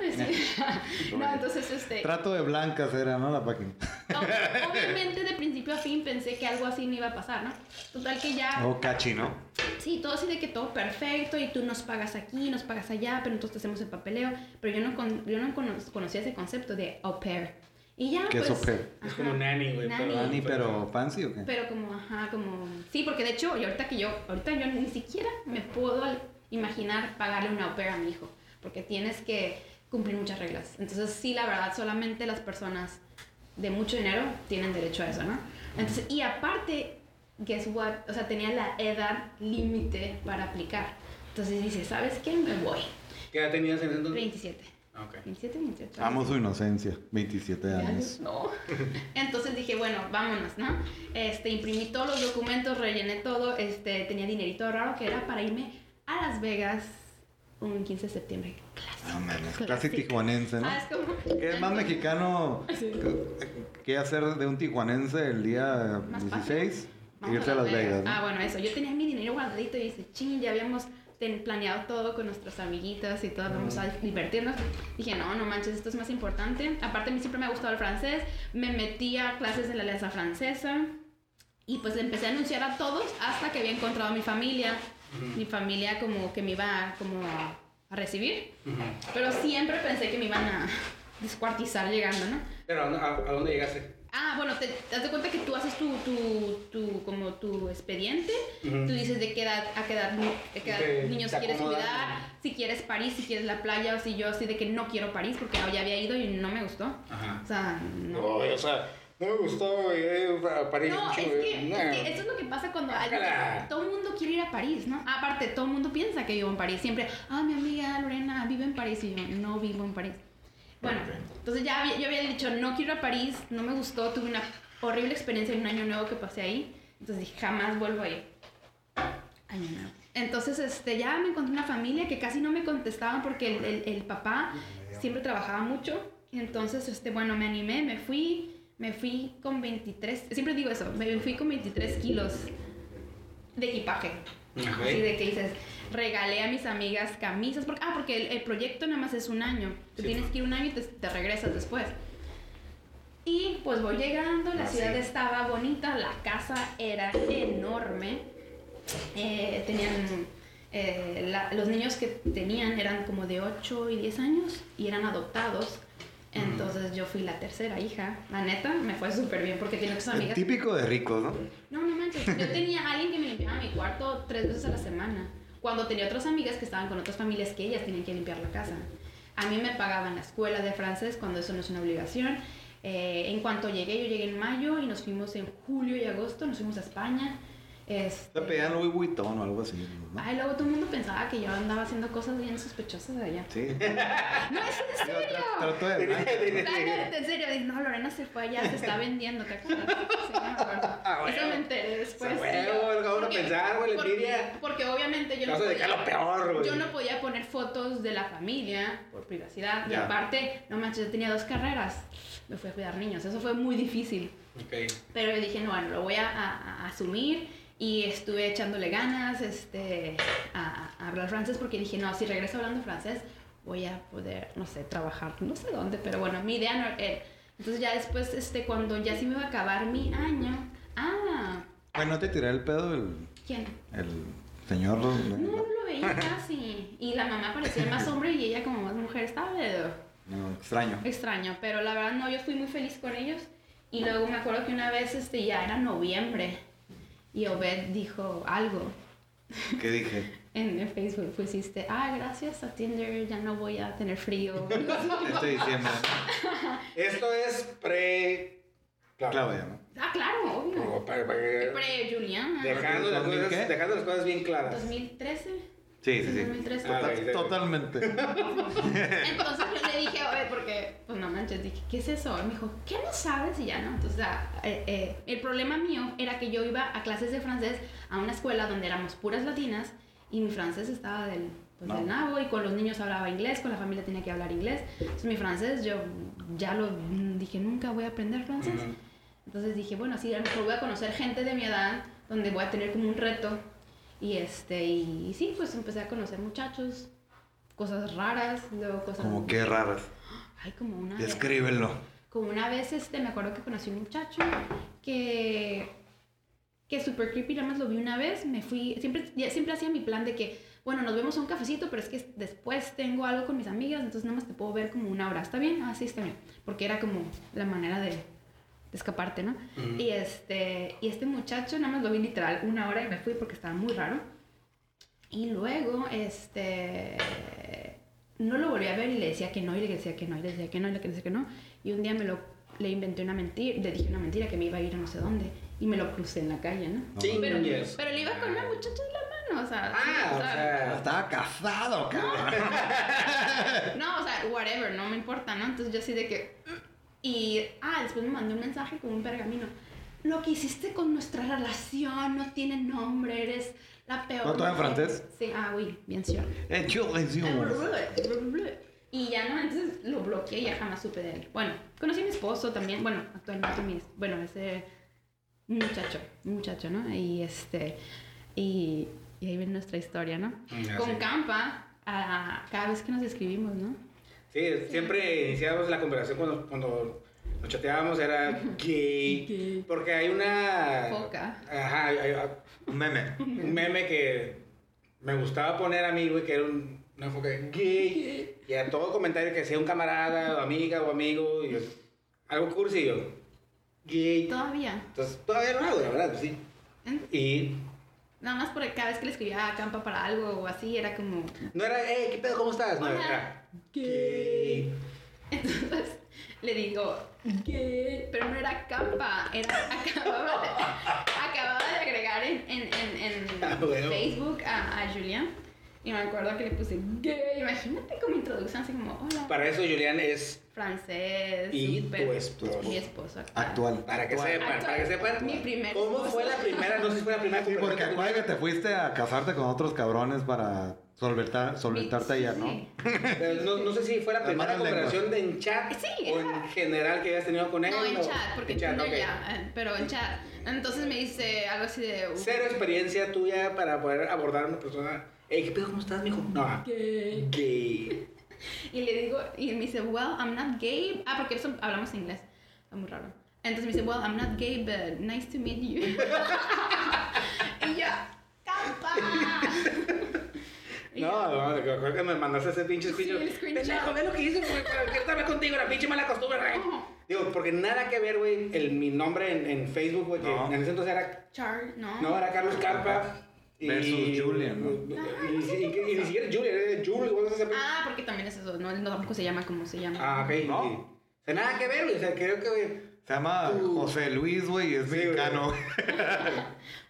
Speaker 2: Sí. no, entonces, este...
Speaker 4: Trato de blancas era, ¿no? La página.
Speaker 2: ob- Obviamente, de principio a fin pensé que algo así no iba a pasar, ¿no? Total que ya...
Speaker 4: O cachi, ¿no?
Speaker 2: Sí, todo así de que todo perfecto y tú nos pagas aquí, nos pagas allá, pero entonces te hacemos el papeleo. Pero yo no, con- yo no cono- conocía ese concepto de au pair. Y ya,
Speaker 4: ¿Qué es
Speaker 2: pues...
Speaker 4: au pair?
Speaker 3: Es
Speaker 2: ajá.
Speaker 3: como nanny, güey.
Speaker 2: Nanny.
Speaker 4: Ah, ni pero fancy o qué?
Speaker 2: Pero como, ajá, como... Sí, porque de hecho, y ahorita que yo, ahorita yo ni siquiera me puedo al- imaginar pagarle una au pair a mi hijo, porque tienes que cumplir muchas reglas. Entonces, sí, la verdad, solamente las personas de mucho dinero tienen derecho a eso, ¿no? Entonces, y aparte, guess what, o sea, tenía la edad límite para aplicar. Entonces dice, ¿sabes qué? Me voy.
Speaker 3: ¿Qué edad tenías en ese entonces?
Speaker 2: 27.
Speaker 3: Ah, ok.
Speaker 2: 27, 28.
Speaker 4: Amo su inocencia, 27
Speaker 2: Ya,
Speaker 4: años.
Speaker 2: No. Entonces dije, bueno, vámonos, ¿no? Este, imprimí todos los documentos, rellené todo, este, tenía dinerito ahorrado que era para irme a Las Vegas un 15 de septiembre.
Speaker 4: No mames, casi
Speaker 2: Clásica.
Speaker 4: tijuanense, ¿no?
Speaker 2: Ah, es como...
Speaker 4: ¿Qué es más mexicano
Speaker 2: Sí.
Speaker 4: que- que hacer de un tijuanense el día
Speaker 2: Más fácil.
Speaker 4: 16?
Speaker 2: Vamos
Speaker 4: Irse a Las Vegas,
Speaker 2: Ah,
Speaker 4: ¿no?
Speaker 2: bueno, eso. Yo tenía mi dinero guardadito y dice, ching, ya habíamos ten- planeado todo con nuestras amiguitas y todo, vamos a divertirnos. Dije, no, no manches, esto es más importante. Aparte, a mí siempre me ha gustado el francés. Me metí a clases de la Alianza Francesa. Y pues le empecé a anunciar a todos hasta que había encontrado a mi familia. Mi familia como que me iba a- como a recibir.
Speaker 3: Ujú.
Speaker 2: Pero siempre pensé que me iban a descuartizar llegando, ¿no?
Speaker 3: Pero ¿a, a- a dónde llegaste?
Speaker 2: Ah, bueno, te te das de cuenta que tú haces tu, tu, tu, como tu expediente,
Speaker 3: Ujú.
Speaker 2: tú dices de qué edad, a qué edad, ni- de qué edad
Speaker 3: Te-
Speaker 2: niños
Speaker 3: te
Speaker 2: quieres
Speaker 3: acomodas,
Speaker 2: cuidar, si quieres París, si quieres la playa, o si yo así de que no quiero París porque ya había ido y no me gustó.
Speaker 3: Ajá.
Speaker 2: O sea,
Speaker 3: No,
Speaker 2: no.
Speaker 3: o sea, no me gustó, güey. eh, pa- París,
Speaker 2: No, es
Speaker 3: mucho,
Speaker 2: que,
Speaker 3: güey. Nah.
Speaker 2: es que eso es lo que pasa cuando alguien-
Speaker 3: Guácala.
Speaker 2: todo el mundo quiere ir a París, ¿no? Aparte, todo el mundo piensa que vivo en París. Siempre, ah, mi amiga Lorena vive en París y yo no vivo en París. Bueno,
Speaker 3: Ok.
Speaker 2: entonces ya había- yo había dicho, no quiero ir a París, no me gustó, tuve una horrible experiencia en un año nuevo que pasé ahí. Entonces dije, jamás vuelvo a ir. Año nuevo. Entonces este, ya me encontré una familia que casi no me contestaban porque el, el- el papá siempre trabajaba mucho. Entonces, este, bueno, me animé, me fui, me fui con 23, siempre digo eso, me fui con 23 kilos de equipaje.
Speaker 3: Ok.
Speaker 2: Así de que dices, regalé a mis amigas camisas. Porque, ah, porque el, el proyecto nada más es un año.
Speaker 3: Sí.
Speaker 2: Tú
Speaker 3: pues.
Speaker 2: tienes que ir un año y te, te regresas después. Y pues voy llegando, la
Speaker 3: Ah,
Speaker 2: ciudad
Speaker 3: sí.
Speaker 2: estaba bonita, la casa era enorme. Eh, tenían. eh, la- los niños que tenían eran como de 8 y 10 años y eran adoptados. Entonces yo fui la tercera hija. La neta, me fue súper bien porque tenía otras amigas.
Speaker 4: Típico de ricos, ¿no?
Speaker 2: No, no manches. Yo tenía a alguien que me limpiaba mi cuarto tres veces a la semana. Cuando tenía otras amigas que estaban con otras familias que ellas tenían que limpiar la casa. A mí me pagaban la escuela de francés cuando eso no es una obligación. Eh, en cuanto llegué, yo llegué en mayo y nos fuimos en julio y agosto, nos fuimos a España. Este,
Speaker 4: Te pedían Louis Vuitton o algo así. ¿no?
Speaker 2: Ay, luego todo el mundo pensaba que yo andaba haciendo cosas bien sospechosas de allá.
Speaker 4: Sí.
Speaker 3: Ah,
Speaker 2: No, es en
Speaker 4: Yo
Speaker 2: serio.
Speaker 4: tra- trato de blancas.
Speaker 2: Ah, no, en serio, dije, no, Lorena se fue allá, se está vendiendo, ¿te acuerdas? Sí, me acuerdo.
Speaker 3: Ah, huevo.
Speaker 2: Eso me enteré después.
Speaker 3: Ah, huevo,
Speaker 2: sí, yo-
Speaker 3: lo acabo de
Speaker 2: porque-
Speaker 3: pensar, güey, la
Speaker 2: porque-
Speaker 3: envidia.
Speaker 2: Porque obviamente yo
Speaker 3: Te
Speaker 2: no
Speaker 3: vas a dedicar a lo peor, güey.
Speaker 2: Yo no podía poner fotos de la familia por privacidad. Y
Speaker 4: Ya.
Speaker 2: aparte, no manches, yo tenía dos carreras. Me fui a cuidar niños. Eso fue muy difícil.
Speaker 3: Ok.
Speaker 2: Pero yo dije, no, bueno, lo voy a, a- a asumir y estuve echándole ganas este, a, a hablar francés porque dije, no, si regreso hablando francés voy a poder, no sé, trabajar, no sé dónde, pero bueno, mi idea no era... Entonces ya después, este, cuando ya sí me iba a acabar mi año, ah,
Speaker 4: Bueno, te tiré el pedo el,
Speaker 2: ¿quién?
Speaker 4: el señor.
Speaker 2: No,
Speaker 4: No,
Speaker 2: lo veía casi. Y la mamá parecía más hombre y ella como más mujer, estaba de-
Speaker 4: no, extraño.
Speaker 2: extraño, pero la verdad no, yo fui muy feliz con ellos. Y luego me acuerdo que una vez, este, ya era noviembre, y Obed dijo algo
Speaker 4: ¿Qué dije?
Speaker 2: en el Facebook, pusiste, ah, gracias a Tinder, ya no voy a tener frío.
Speaker 4: Este diciembre.
Speaker 3: Esto es pre.
Speaker 4: Claudia, ¿no?
Speaker 2: ah, claro,
Speaker 3: No,
Speaker 2: obvio.
Speaker 3: pre- pre-
Speaker 2: Pre-Juliana.
Speaker 3: Dejando las,
Speaker 4: 2000
Speaker 3: cosas,
Speaker 4: qué?
Speaker 3: dejando las cosas bien claras.
Speaker 2: 2013.
Speaker 4: Sí, sí, sí.
Speaker 2: 2013.
Speaker 3: Ah,
Speaker 4: Total- totalmente.
Speaker 2: Entonces yo le dije, oye, porque, pues no manches, dije, ¿qué es eso? Y me dijo, ¿qué no sabes? Y ya no. Entonces, ah, eh, eh, el problema mío era que yo iba a clases de francés a una escuela donde éramos puras latinas y mi francés estaba del, pues,
Speaker 4: No.
Speaker 2: del nabo y con los niños hablaba inglés, con la familia tenía que hablar inglés. Entonces, mi francés, yo ya lo mm, dije, nunca voy a aprender francés.
Speaker 3: Ujú.
Speaker 2: Entonces dije, bueno, sí, a lo mejor voy a conocer gente de mi edad, donde voy a tener como un reto. Y este, y, sí, pues empecé a conocer muchachos cosas raras, luego cosas...
Speaker 4: Como que raras.
Speaker 2: Ay, como una... vez-
Speaker 4: Escríbelo.
Speaker 2: Como una vez, este, me acuerdo que conocí un muchacho que... Que super creepy, nada más lo vi una vez, me fui... Siempre, ya- siempre hacía mi plan de que, bueno, nos vemos a un cafecito, pero es que después tengo algo con mis amigas, entonces nada más te puedo ver como una hora. ¿Está bien? Ah, sí, está bien. Porque era como la manera de, de escaparte, ¿no?
Speaker 3: Ujú.
Speaker 2: Y este, y este muchacho nada más lo vi literal una hora y me fui porque estaba muy raro. Y luego, este, no lo volví a ver y le decía que no, y le decía que no, y le decía que no, y le decía que no. Y un día me lo, le inventé una mentira, le dije una mentira que me iba a ir a no sé dónde. Y me lo crucé en la calle, ¿no?
Speaker 4: No,
Speaker 3: Sí,
Speaker 2: Pero,
Speaker 3: yes.
Speaker 2: pero le iba con una muchacha en la mano, o sea.
Speaker 3: Ah,
Speaker 2: sí,
Speaker 3: o sea.
Speaker 4: Estaba casado, cabrón.
Speaker 2: No, o sea, whatever, no me importa, ¿no? Entonces yo así de que... Y, ah, después me mandó un mensaje con un pergamino. Lo que hiciste con nuestra relación no tiene nombre, eres la peor...
Speaker 4: ¿No todo en
Speaker 2: mujer".
Speaker 4: francés?
Speaker 2: Sí, ah, oui, bien sûr.
Speaker 4: Eh, chill, eh, sí, güey.
Speaker 2: Y ya no, entonces lo bloqueé y ya jamás supe de él. Bueno, conocí a mi esposo también, bueno, actualmente mi... Bueno, ese muchacho, muchacho, ¿no? Y este... Y, y ahí ven nuestra historia, ¿no?
Speaker 3: Mm,
Speaker 2: Con
Speaker 3: así.
Speaker 2: Campa, ah, cada vez que nos escribimos, ¿no?
Speaker 3: Sí, siempre iniciábamos la conversación cuando, cuando nos chateábamos, era gay.
Speaker 2: Gay.
Speaker 3: Porque hay una.
Speaker 2: Foca.
Speaker 3: Ajá, hay- hay- un meme. Un meme que me gustaba poner a mí, güey, que era un, una foca gay. Y a todo comentario que sea un camarada, o amiga, o amigo, y yo, algo cursi, yo, gay.
Speaker 2: Todavía.
Speaker 3: Entonces, todavía no hago, la verdad, pues sí.
Speaker 2: En-
Speaker 3: Y
Speaker 2: Nada más por cada vez que le escribía a Campa para algo o así, era como...
Speaker 3: no era, hey, ¿qué pedo? ¿Cómo estás? No,
Speaker 2: Hola.
Speaker 3: era,
Speaker 2: Gay. Entonces le digo, ¿qué? Pero no era Campa, era, acababa, de, acababa de agregar en, en, en, en
Speaker 3: Ah, bueno.
Speaker 2: Facebook a, a Julián. Y me acuerdo que le puse, ¿qué? Imagínate como introducción, así como, hola,
Speaker 3: Para eso, Julián es.
Speaker 2: francés,
Speaker 3: Y
Speaker 2: súper- pues,
Speaker 3: tu esposo.
Speaker 2: Mi esposo actual.
Speaker 4: Actual.
Speaker 3: Para que
Speaker 4: actual.
Speaker 3: sepan, para que sepan.
Speaker 2: Mi primer
Speaker 3: ¿Cómo
Speaker 2: esposo.
Speaker 3: fue la primera? No sé si fue la primera.
Speaker 4: Sí, porque
Speaker 3: conversación.
Speaker 4: acuérdate que te fuiste a casarte con otros cabrones para solventar, solventarte
Speaker 2: Sí,
Speaker 4: ayer,
Speaker 2: sí,
Speaker 4: ¿no?
Speaker 2: sí.
Speaker 3: Pero No, no sé si fue la
Speaker 4: Las
Speaker 3: primera
Speaker 4: malas lenguas.
Speaker 3: conversación de en chat
Speaker 2: Sí,
Speaker 3: o
Speaker 2: era-
Speaker 3: en general que habías tenido con él.
Speaker 2: No, en
Speaker 3: o-
Speaker 2: chat, porque
Speaker 3: en
Speaker 2: en
Speaker 3: chat, ok.
Speaker 2: ya, eh, pero en chat. Entonces me dice algo así de...
Speaker 3: Cero experiencia tuya para poder abordar a una persona. Ey, ¿qué pedo? ¿Cómo estás, mijo? No.
Speaker 2: Gay.
Speaker 3: Gay.
Speaker 2: Y le digo, y me dice, well, I'm not gay. Ah, porque eso hablamos inglés. Está muy raro. Entonces me dice, well, I'm not gay, but nice to meet you. y yo, ¡campa! Y
Speaker 3: No, no, me acuerdo que me mandaste ese pinche
Speaker 2: Sí,
Speaker 3: screenshot.
Speaker 2: el screenshot.
Speaker 3: Pendejo, ve lo que hice, güey, pero que esta vez contigo, la pinche mala costumbre, güey.
Speaker 2: Ajá.
Speaker 3: Digo, porque nada que ver, güey, el- mi nombre en, en Facebook, güey, que
Speaker 4: No.
Speaker 3: en ese entonces era
Speaker 2: Char, no.
Speaker 3: No, era Carlos Carpa.
Speaker 4: Versus Julian, ¿no?
Speaker 3: Y, y- y- y ni siquiera Julian, era Julian, ¿cómo se llama?
Speaker 2: Ah, porque también es eso, no, no tampoco se llama como se llama.
Speaker 3: Ah, ok.
Speaker 4: No.
Speaker 3: sí. O sea, nada que ver, güey. O sea, creo que. güey,
Speaker 4: Se llama
Speaker 3: Tú.
Speaker 4: José Luis, güey, y es
Speaker 3: Sí, güey.
Speaker 4: mexicano.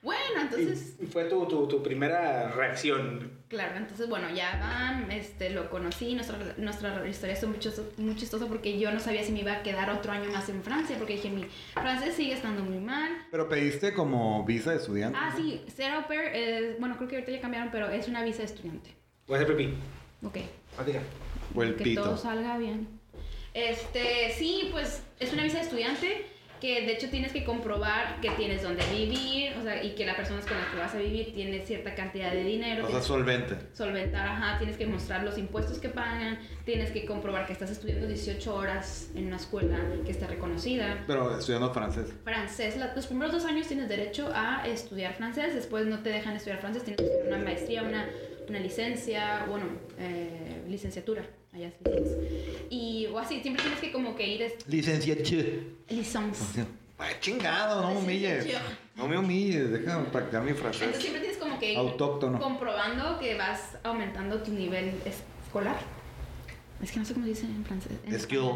Speaker 2: Bueno, entonces...
Speaker 3: y fue tu, tu, tu primera reacción.
Speaker 2: Claro, entonces bueno, ya van, este, lo conocí, nuestra, nuestra historia es muy chistosa, muy chistosa porque yo no sabía si me iba a quedar otro año más en Francia, porque dije, mi francés sigue estando muy mal.
Speaker 4: Pero pediste como visa de estudiante.
Speaker 2: Ah, sí, ser au pair, es- bueno, creo que ahorita ya cambiaron, pero es una visa de estudiante.
Speaker 3: Voy a hacer pipí.
Speaker 2: Ok,
Speaker 3: Platica.
Speaker 4: O el
Speaker 2: que
Speaker 4: pito.
Speaker 2: todo salga bien. Este, sí, pues es una visa de estudiante que de hecho tienes que comprobar que tienes donde vivir, o sea, y que las personas con las que vas a vivir tienen cierta cantidad de dinero.
Speaker 4: O sea, solvente.
Speaker 2: solventar, ajá, tienes que mostrar los impuestos que pagan, tienes que comprobar que estás estudiando 18 horas en una escuela que está reconocida.
Speaker 4: Pero estudiando francés.
Speaker 2: Francés, la- los primeros dos años tienes derecho a estudiar francés, después no te dejan estudiar francés, tienes que estudiar una maestría, una, una licencia, bueno, eh, licenciatura, allá es licencia. Y, o así, siempre tienes que como que ir, es,
Speaker 4: Licenciatura.
Speaker 2: licence.
Speaker 4: Pues, Ay, chingado, no me humilles.
Speaker 2: Licenciatura.
Speaker 4: No me humilles, déjame practicar mi
Speaker 2: Entonces
Speaker 4: francés.
Speaker 2: siempre tienes como que ir
Speaker 4: Autóctono.
Speaker 2: comprobando que vas aumentando tu nivel escolar. Es que no sé cómo se dice en francés. en
Speaker 4: Skill,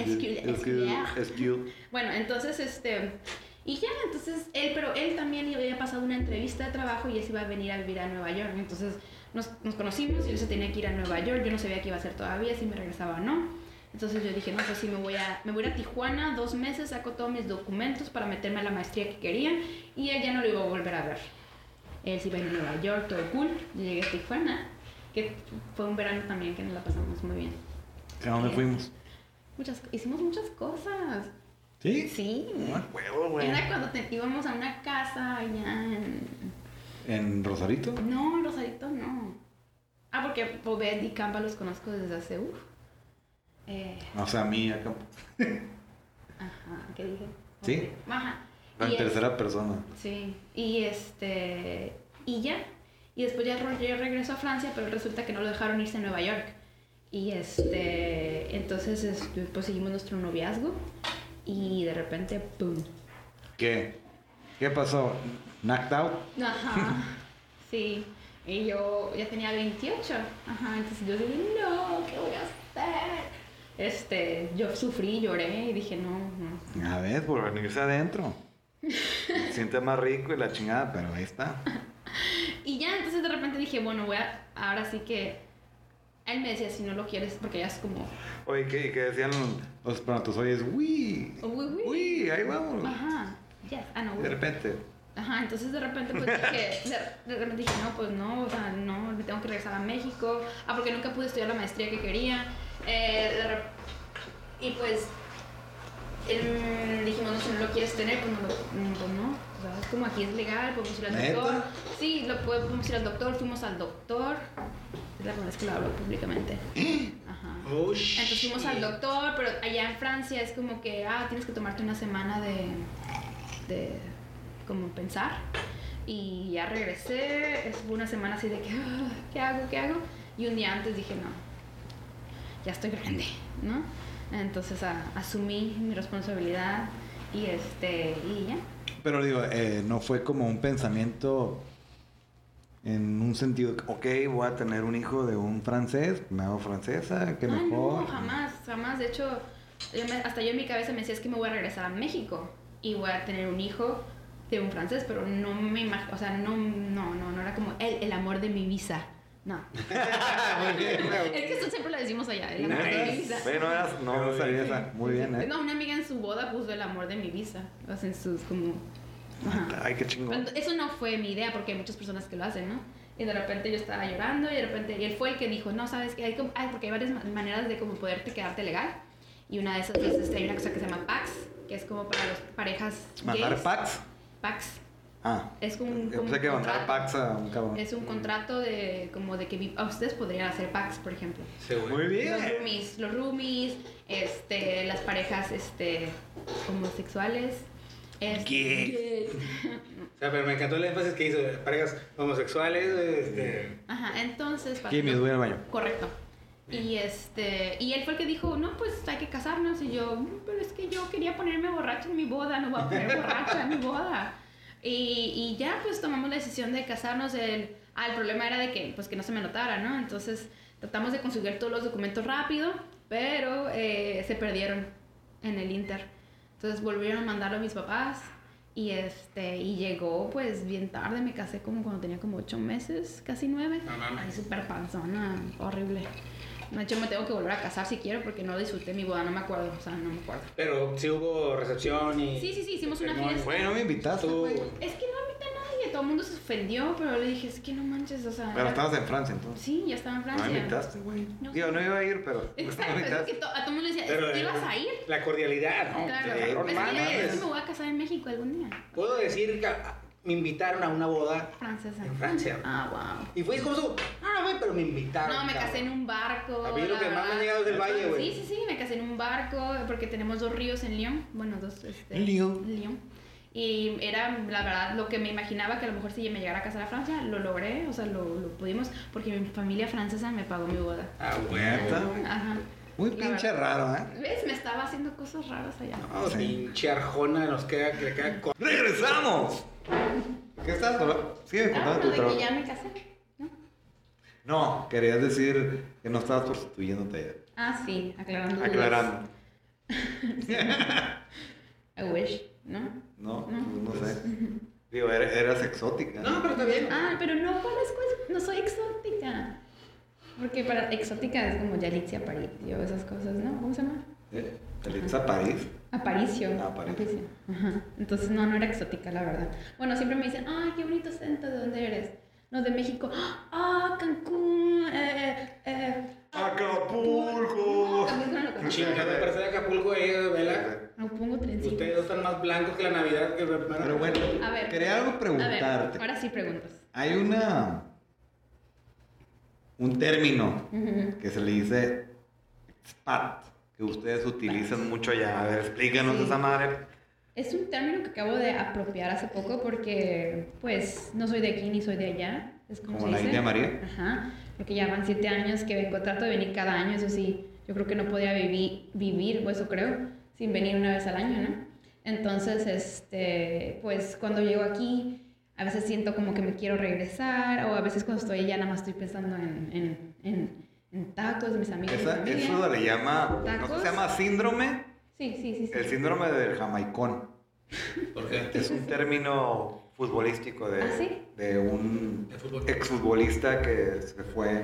Speaker 4: skill,
Speaker 2: Escuela,
Speaker 4: skill,
Speaker 2: escuela.
Speaker 4: skill.
Speaker 2: Bueno, entonces, este... Y ya, entonces, él, pero él también le había pasado una entrevista de trabajo y él se iba a venir a vivir a Nueva York. Entonces, nos, nos conocimos y él se tenía que ir a Nueva York. Yo no sabía qué iba a hacer todavía, si me regresaba o no. Entonces yo dije, no, pues sí, me voy, a, me voy a ir a Tijuana dos meses, saco todos mis documentos para meterme a la maestría que quería y él ya no lo iba a volver a ver. Él se iba a ir a Nueva York, todo cool. Yo llegué a Tijuana, que fue un verano también que nos la pasamos muy bien.
Speaker 4: ¿A dónde fuimos?
Speaker 2: Muchas, hicimos muchas cosas.
Speaker 4: ¿Sí?
Speaker 2: Sí.
Speaker 4: Ah, huevo, güey.
Speaker 2: Era cuando te- íbamos a una casa allá en...
Speaker 4: ¿En Rosarito?
Speaker 2: No, en Rosarito no. Ah, porque Bobet y Campa los conozco desde hace... Uf. Eh,
Speaker 1: O sea, a mí acá.
Speaker 2: ajá, ¿qué dije?
Speaker 1: Sí.
Speaker 2: Ajá.
Speaker 1: En
Speaker 2: Y es-
Speaker 1: tercera persona.
Speaker 2: Sí, y este. Y ya. Y después ya Roger regresó a Francia, pero resulta que no lo dejaron irse a Nueva York. Y este. Entonces, es- pues seguimos nuestro noviazgo. Y de repente, ¡pum!
Speaker 1: ¿Qué? ¿Qué pasó? ¿Knocked out?
Speaker 2: Ajá. Sí. Y yo ya tenía 28. Ajá. Entonces yo dije, no, ¿qué voy a hacer? Este. Yo sufrí, lloré y dije, no, no.
Speaker 1: A ver, por venirse adentro. Siente más rico y la chingada, pero ahí está.
Speaker 2: Y ya, entonces de repente dije, bueno, voy a. Ahora sí que. Él me decía, si no lo quieres, porque ya es como.
Speaker 1: Oye, ¿qué, qué decían los espermatozoides? ¡Uy!
Speaker 2: "Oh, Uy, uy.
Speaker 1: ¡Uy! Ahí vamos.
Speaker 2: Ajá, ya, ah, no.
Speaker 1: De repente.
Speaker 2: Ajá, entonces de repente pues dije, de, de repente dije, no, pues no, o sea, no, me tengo que regresar a México. Ah, porque nunca pude estudiar la maestría que quería. Eh, de rep- y pues em, dijimos, no, si no lo quieres tener, pues no, lo- mm, pues no. O sea, es como aquí es legal, podemos ir al
Speaker 1: ¿Neta?
Speaker 2: doctor. Sí, lo podemos ir al doctor, fuimos al doctor. Es la primera vez que lo hablo públicamente. Ajá.
Speaker 3: Oh,
Speaker 2: Entonces fuimos al
Speaker 3: shit.
Speaker 2: doctor, pero allá en Francia es como que, ah, tienes que tomarte una semana de, de como pensar. Y ya regresé, estuve una semana así de que, ah, ¿qué hago? ¿Qué hago? Y un día antes dije, no, ya estoy grande, ¿no? Entonces a- asumí mi responsabilidad y este, y ya.
Speaker 1: Pero digo, eh, no fue como un pensamiento en un sentido, ok, voy a tener un hijo de un francés, me hago francesa, que
Speaker 2: Ah,
Speaker 1: mejor.
Speaker 2: no, jamás, jamás. De hecho, yo me- hasta yo en mi cabeza me decía es que me voy a regresar a México y voy a tener un hijo de un francés, pero no me imagino, o sea, no, no, no, no era como el, el amor de mi visa. No. es que eso siempre lo decimos allá, el amor de mi
Speaker 3: Nice.
Speaker 2: visa.
Speaker 1: Bueno, eras- no, no sabía esa. Muy bien, ¿eh?
Speaker 2: No, una amiga en su boda puso el amor de mi visa. O sea, en sus como. Ajá.
Speaker 1: Ay, qué chingón.
Speaker 2: Cuando- Eso no fue mi idea porque hay muchas personas que lo hacen, ¿no? Y de repente yo estaba llorando y de repente y él fue el que dijo, no, sabes que hay como, ay, porque hay varias ma- maneras de como poderte quedarte legal. Y una de esas es, este, hay una cosa que se llama PAX, que es como para las parejas
Speaker 1: ¿Mandar
Speaker 2: gays.
Speaker 1: packs?
Speaker 2: PAX.
Speaker 1: Ah.
Speaker 2: Es como un,
Speaker 1: Yo
Speaker 2: Em, como
Speaker 1: pensé
Speaker 2: un
Speaker 1: que mandar
Speaker 2: contrato.
Speaker 1: packs a un cabrón.
Speaker 2: Es un contrato de como de que vi- a ustedes podrían hacer PAX, por ejemplo.
Speaker 3: Sí, güey.
Speaker 1: Muy bien.
Speaker 2: Los roomies, los roomies, este, las parejas este, homosexuales. este,
Speaker 1: Gays.
Speaker 2: gays.
Speaker 3: O sea, pero me encantó el énfasis que hizo de parejas homosexuales, este...
Speaker 2: Ajá, entonces... para-
Speaker 1: Jimmy, voy al baño.
Speaker 2: Correcto. Y este, y él fue el que dijo, no, pues hay que casarnos. Y yo, "Mm, pero es que yo quería ponerme borracha en mi boda, no voy a poner borracha en mi boda. Y, y ya pues tomamos la decisión de casarnos. El, ah, el problema era de que, pues que no se me notara, ¿no? Entonces tratamos de conseguir todos los documentos rápido, pero eh, se perdieron en el Inter. Entonces volvieron a mandarlo a mis papás. Y este, y llegó pues bien tarde, me casé como cuando tenía como ocho meses, casi nueve.
Speaker 3: No mames.
Speaker 2: Ay, súper panzona, horrible. De hecho, me tengo que volver a casar si quiero porque no disfruté mi boda, no me acuerdo, o sea, no me acuerdo.
Speaker 3: Pero sí hubo recepción y...
Speaker 2: Sí, sí, sí, hicimos una
Speaker 3: Ceremonia.
Speaker 2: fiesta.
Speaker 1: Bueno, me invitaste,
Speaker 3: Tú-
Speaker 1: güey.
Speaker 2: Es que no invité a nadie, todo el mundo se ofendió, pero le dije, es que no manches, o sea...
Speaker 1: Pero
Speaker 2: era-
Speaker 1: estabas en Francia entonces.
Speaker 2: Sí, ya estaba en
Speaker 1: No
Speaker 2: Francia.
Speaker 1: me invitaste, güey.
Speaker 2: No.
Speaker 1: Digo, no iba a ir, pero.
Speaker 2: Exacto,
Speaker 1: me
Speaker 2: es
Speaker 1: invitaste.
Speaker 2: que to- a todo el mundo le decía,
Speaker 3: Pero,
Speaker 2: ¿te
Speaker 3: eh,
Speaker 2: ibas a ir?
Speaker 3: La cordialidad, ¿no?
Speaker 2: Claro,
Speaker 1: sí,
Speaker 2: Pero
Speaker 3: no
Speaker 2: es que yo le dije,
Speaker 3: mames.
Speaker 2: "Es que me voy a casar en México algún día,
Speaker 3: Puedo decir que ah, me invitaron a una boda
Speaker 2: francesa.
Speaker 3: en Francia.
Speaker 2: Ah, wow.
Speaker 3: Y fue como su... Ah, güey, pero me invitaron.
Speaker 2: No, me
Speaker 3: cabrón.
Speaker 2: casé en un barco.
Speaker 3: A mí lo
Speaker 2: la
Speaker 3: que más me
Speaker 2: verdad. Ah,
Speaker 3: ha llegado es del valle, güey.
Speaker 2: Sí, sí, sí, me casé en un barco porque tenemos dos ríos en Lyon. Bueno, dos. Este,
Speaker 1: Lyon.
Speaker 2: Lyon. Y era, la verdad, lo que me imaginaba que a lo mejor si me llegara a casar a Francia, lo logré, o sea, lo, lo pudimos, porque mi familia francesa me pagó mi boda.
Speaker 3: Ah,
Speaker 1: Neta,
Speaker 3: güey.
Speaker 1: güey.
Speaker 2: Ajá.
Speaker 1: Muy
Speaker 2: La
Speaker 1: pinche raro, ¿eh?
Speaker 2: ¿Ves? Me estaba haciendo cosas raras allá. Ah,
Speaker 3: No,
Speaker 1: Sí.
Speaker 3: pinche arjona nos queda, que le queda... co-
Speaker 1: ¡Regresamos! ¿Qué estás, Dolor? Sí, me
Speaker 2: Ah,
Speaker 1: contaba
Speaker 2: pero
Speaker 1: tu
Speaker 2: de que
Speaker 1: trabajo.
Speaker 2: ya me casé, ¿no?
Speaker 1: No, querías decir que no estabas prostituyéndote
Speaker 2: Ah, sí, aclarando.
Speaker 1: ya.
Speaker 2: dudas.
Speaker 1: Aclarando.
Speaker 2: I wish, ¿no?
Speaker 1: No, Pues no sé. Digo, er- eras exótica.
Speaker 3: No, pero está bien.
Speaker 2: Ah, pero no conozco, es- no soy exótica. Porque para exótica es como Yalitza Aparicio, esas cosas, ¿no? ¿Cómo se llama?
Speaker 1: ¿Eh? ¿Te le dices a París?
Speaker 2: Aparicio.
Speaker 1: Ah, Aparicio.
Speaker 2: Ajá. Entonces, no, no era exótica, la verdad. Bueno, siempre me dicen, ay, qué bonito centro, ¿de dónde eres? No, de México. Ah, Cancún. Eh, eh, eh.
Speaker 1: ¡Acapulco!
Speaker 2: Acapulco no lo conozco.
Speaker 3: Chingada, me parece de Acapulco, eh, vela.
Speaker 2: No pongo trencito.
Speaker 3: Ustedes están más blancos que la Navidad que la primera.
Speaker 1: Pero bueno,
Speaker 2: A ver.
Speaker 1: quería algo
Speaker 2: A ver,
Speaker 1: preguntarte.
Speaker 2: ahora sí preguntas.
Speaker 1: Hay una. un término
Speaker 2: Ujú.
Speaker 1: que se le dice spat, que ustedes utilizan mucho allá. A ver, explícanos
Speaker 2: Sí.
Speaker 1: esa madre.
Speaker 2: Es un término que acabo de apropiar hace poco porque, pues, no soy de aquí ni soy de allá. Es como,
Speaker 1: Como
Speaker 2: se
Speaker 1: la
Speaker 2: dice.
Speaker 1: India María.
Speaker 2: Ajá, porque ya van siete años que vengo, trato de venir cada año, eso sí, yo creo que no podía vivi- vivir, o eso creo, sin venir una vez al año, ¿no? Entonces, este, pues cuando llego aquí, a veces siento como que me quiero regresar, o a veces cuando estoy allá nada más estoy pensando en, en, en- en tacos de mis amigos. y
Speaker 1: Esa-
Speaker 2: familia.
Speaker 1: eso le llama, no sé,
Speaker 2: ¿Tacos?
Speaker 1: se llama síndrome,
Speaker 2: Sí, sí, sí. sí.
Speaker 1: el síndrome del jamaicón.
Speaker 5: ¿Por qué?
Speaker 1: Este Es un término futbolístico de,
Speaker 2: ¿Ah, sí?
Speaker 1: de un
Speaker 5: De fútbol.
Speaker 1: exfutbolista que se fue,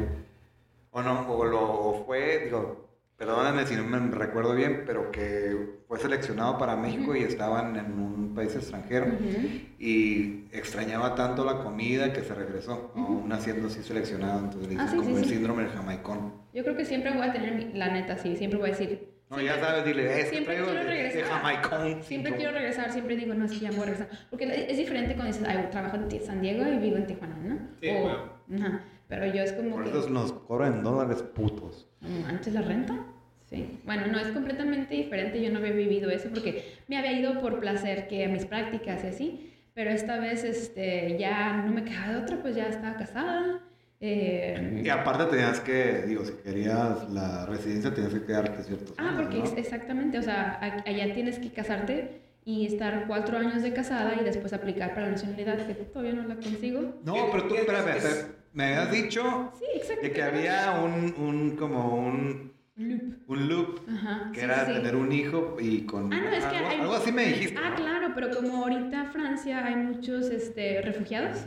Speaker 1: o no, o lo o fue, digo, perdóname si no me recuerdo bien, pero que fue seleccionado para México y estaban en un país extranjero
Speaker 2: Ujú.
Speaker 1: y extrañaba tanto la comida que se regresó,
Speaker 2: Ujú.
Speaker 1: aún siendo así seleccionado, entonces le
Speaker 2: Ah,
Speaker 1: dicen
Speaker 2: sí,
Speaker 1: como
Speaker 2: sí,
Speaker 1: el
Speaker 2: sí.
Speaker 1: síndrome del jamaicón.
Speaker 2: Yo creo que siempre voy a tener, mi- la neta, sí, siempre voy a decir,
Speaker 1: No, ya sabes, dile, "Eh, es que
Speaker 2: Siempre
Speaker 1: traigo
Speaker 2: quiero
Speaker 1: de, de
Speaker 2: regresar.
Speaker 1: jamaicón.
Speaker 2: Siempre
Speaker 1: síndrome".
Speaker 2: quiero regresar, siempre digo, no, es que ya me voy a regresar. Porque la- es diferente cuando dices, ay, trabajo en Ti- San Diego y vivo en Tijuana, ¿no?
Speaker 5: Sí,
Speaker 2: O-
Speaker 5: claro.
Speaker 2: ajá, Pero yo es como
Speaker 1: Por
Speaker 2: que,
Speaker 1: eso nos cobran dólares putos.
Speaker 2: "Mm, ¿antes la renta? Sí. Bueno, no, es completamente diferente. Yo no había vivido eso porque me había ido por placer que a mis prácticas y así. Pero esta vez este, ya no me quedaba de otra, pues ya estaba casada. eh,
Speaker 1: Y aparte tenías que, digo, si querías la residencia tenías que quedarte ciertos
Speaker 2: Ah,
Speaker 1: años,
Speaker 2: porque
Speaker 1: ¿no?
Speaker 2: ex- exactamente, o sea, a- allá tienes que casarte y estar cuatro años de casada y después aplicar para la nacionalidad, que todavía no la consigo.
Speaker 1: No, pero tú,
Speaker 3: Es-
Speaker 1: espérame,
Speaker 3: es-
Speaker 1: espérame. me habías dicho
Speaker 2: Sí, exacto.
Speaker 1: de que había un, un como un,
Speaker 2: Loop.
Speaker 1: un loop
Speaker 2: Ajá.
Speaker 1: que
Speaker 2: sí,
Speaker 1: era
Speaker 2: sí, sí.
Speaker 1: tener un hijo y con
Speaker 2: Ah, no, es que
Speaker 1: algo,
Speaker 2: hay-
Speaker 1: algo así me dijiste.
Speaker 2: Ah, claro, pero como ahorita Francia hay muchos este, refugiados,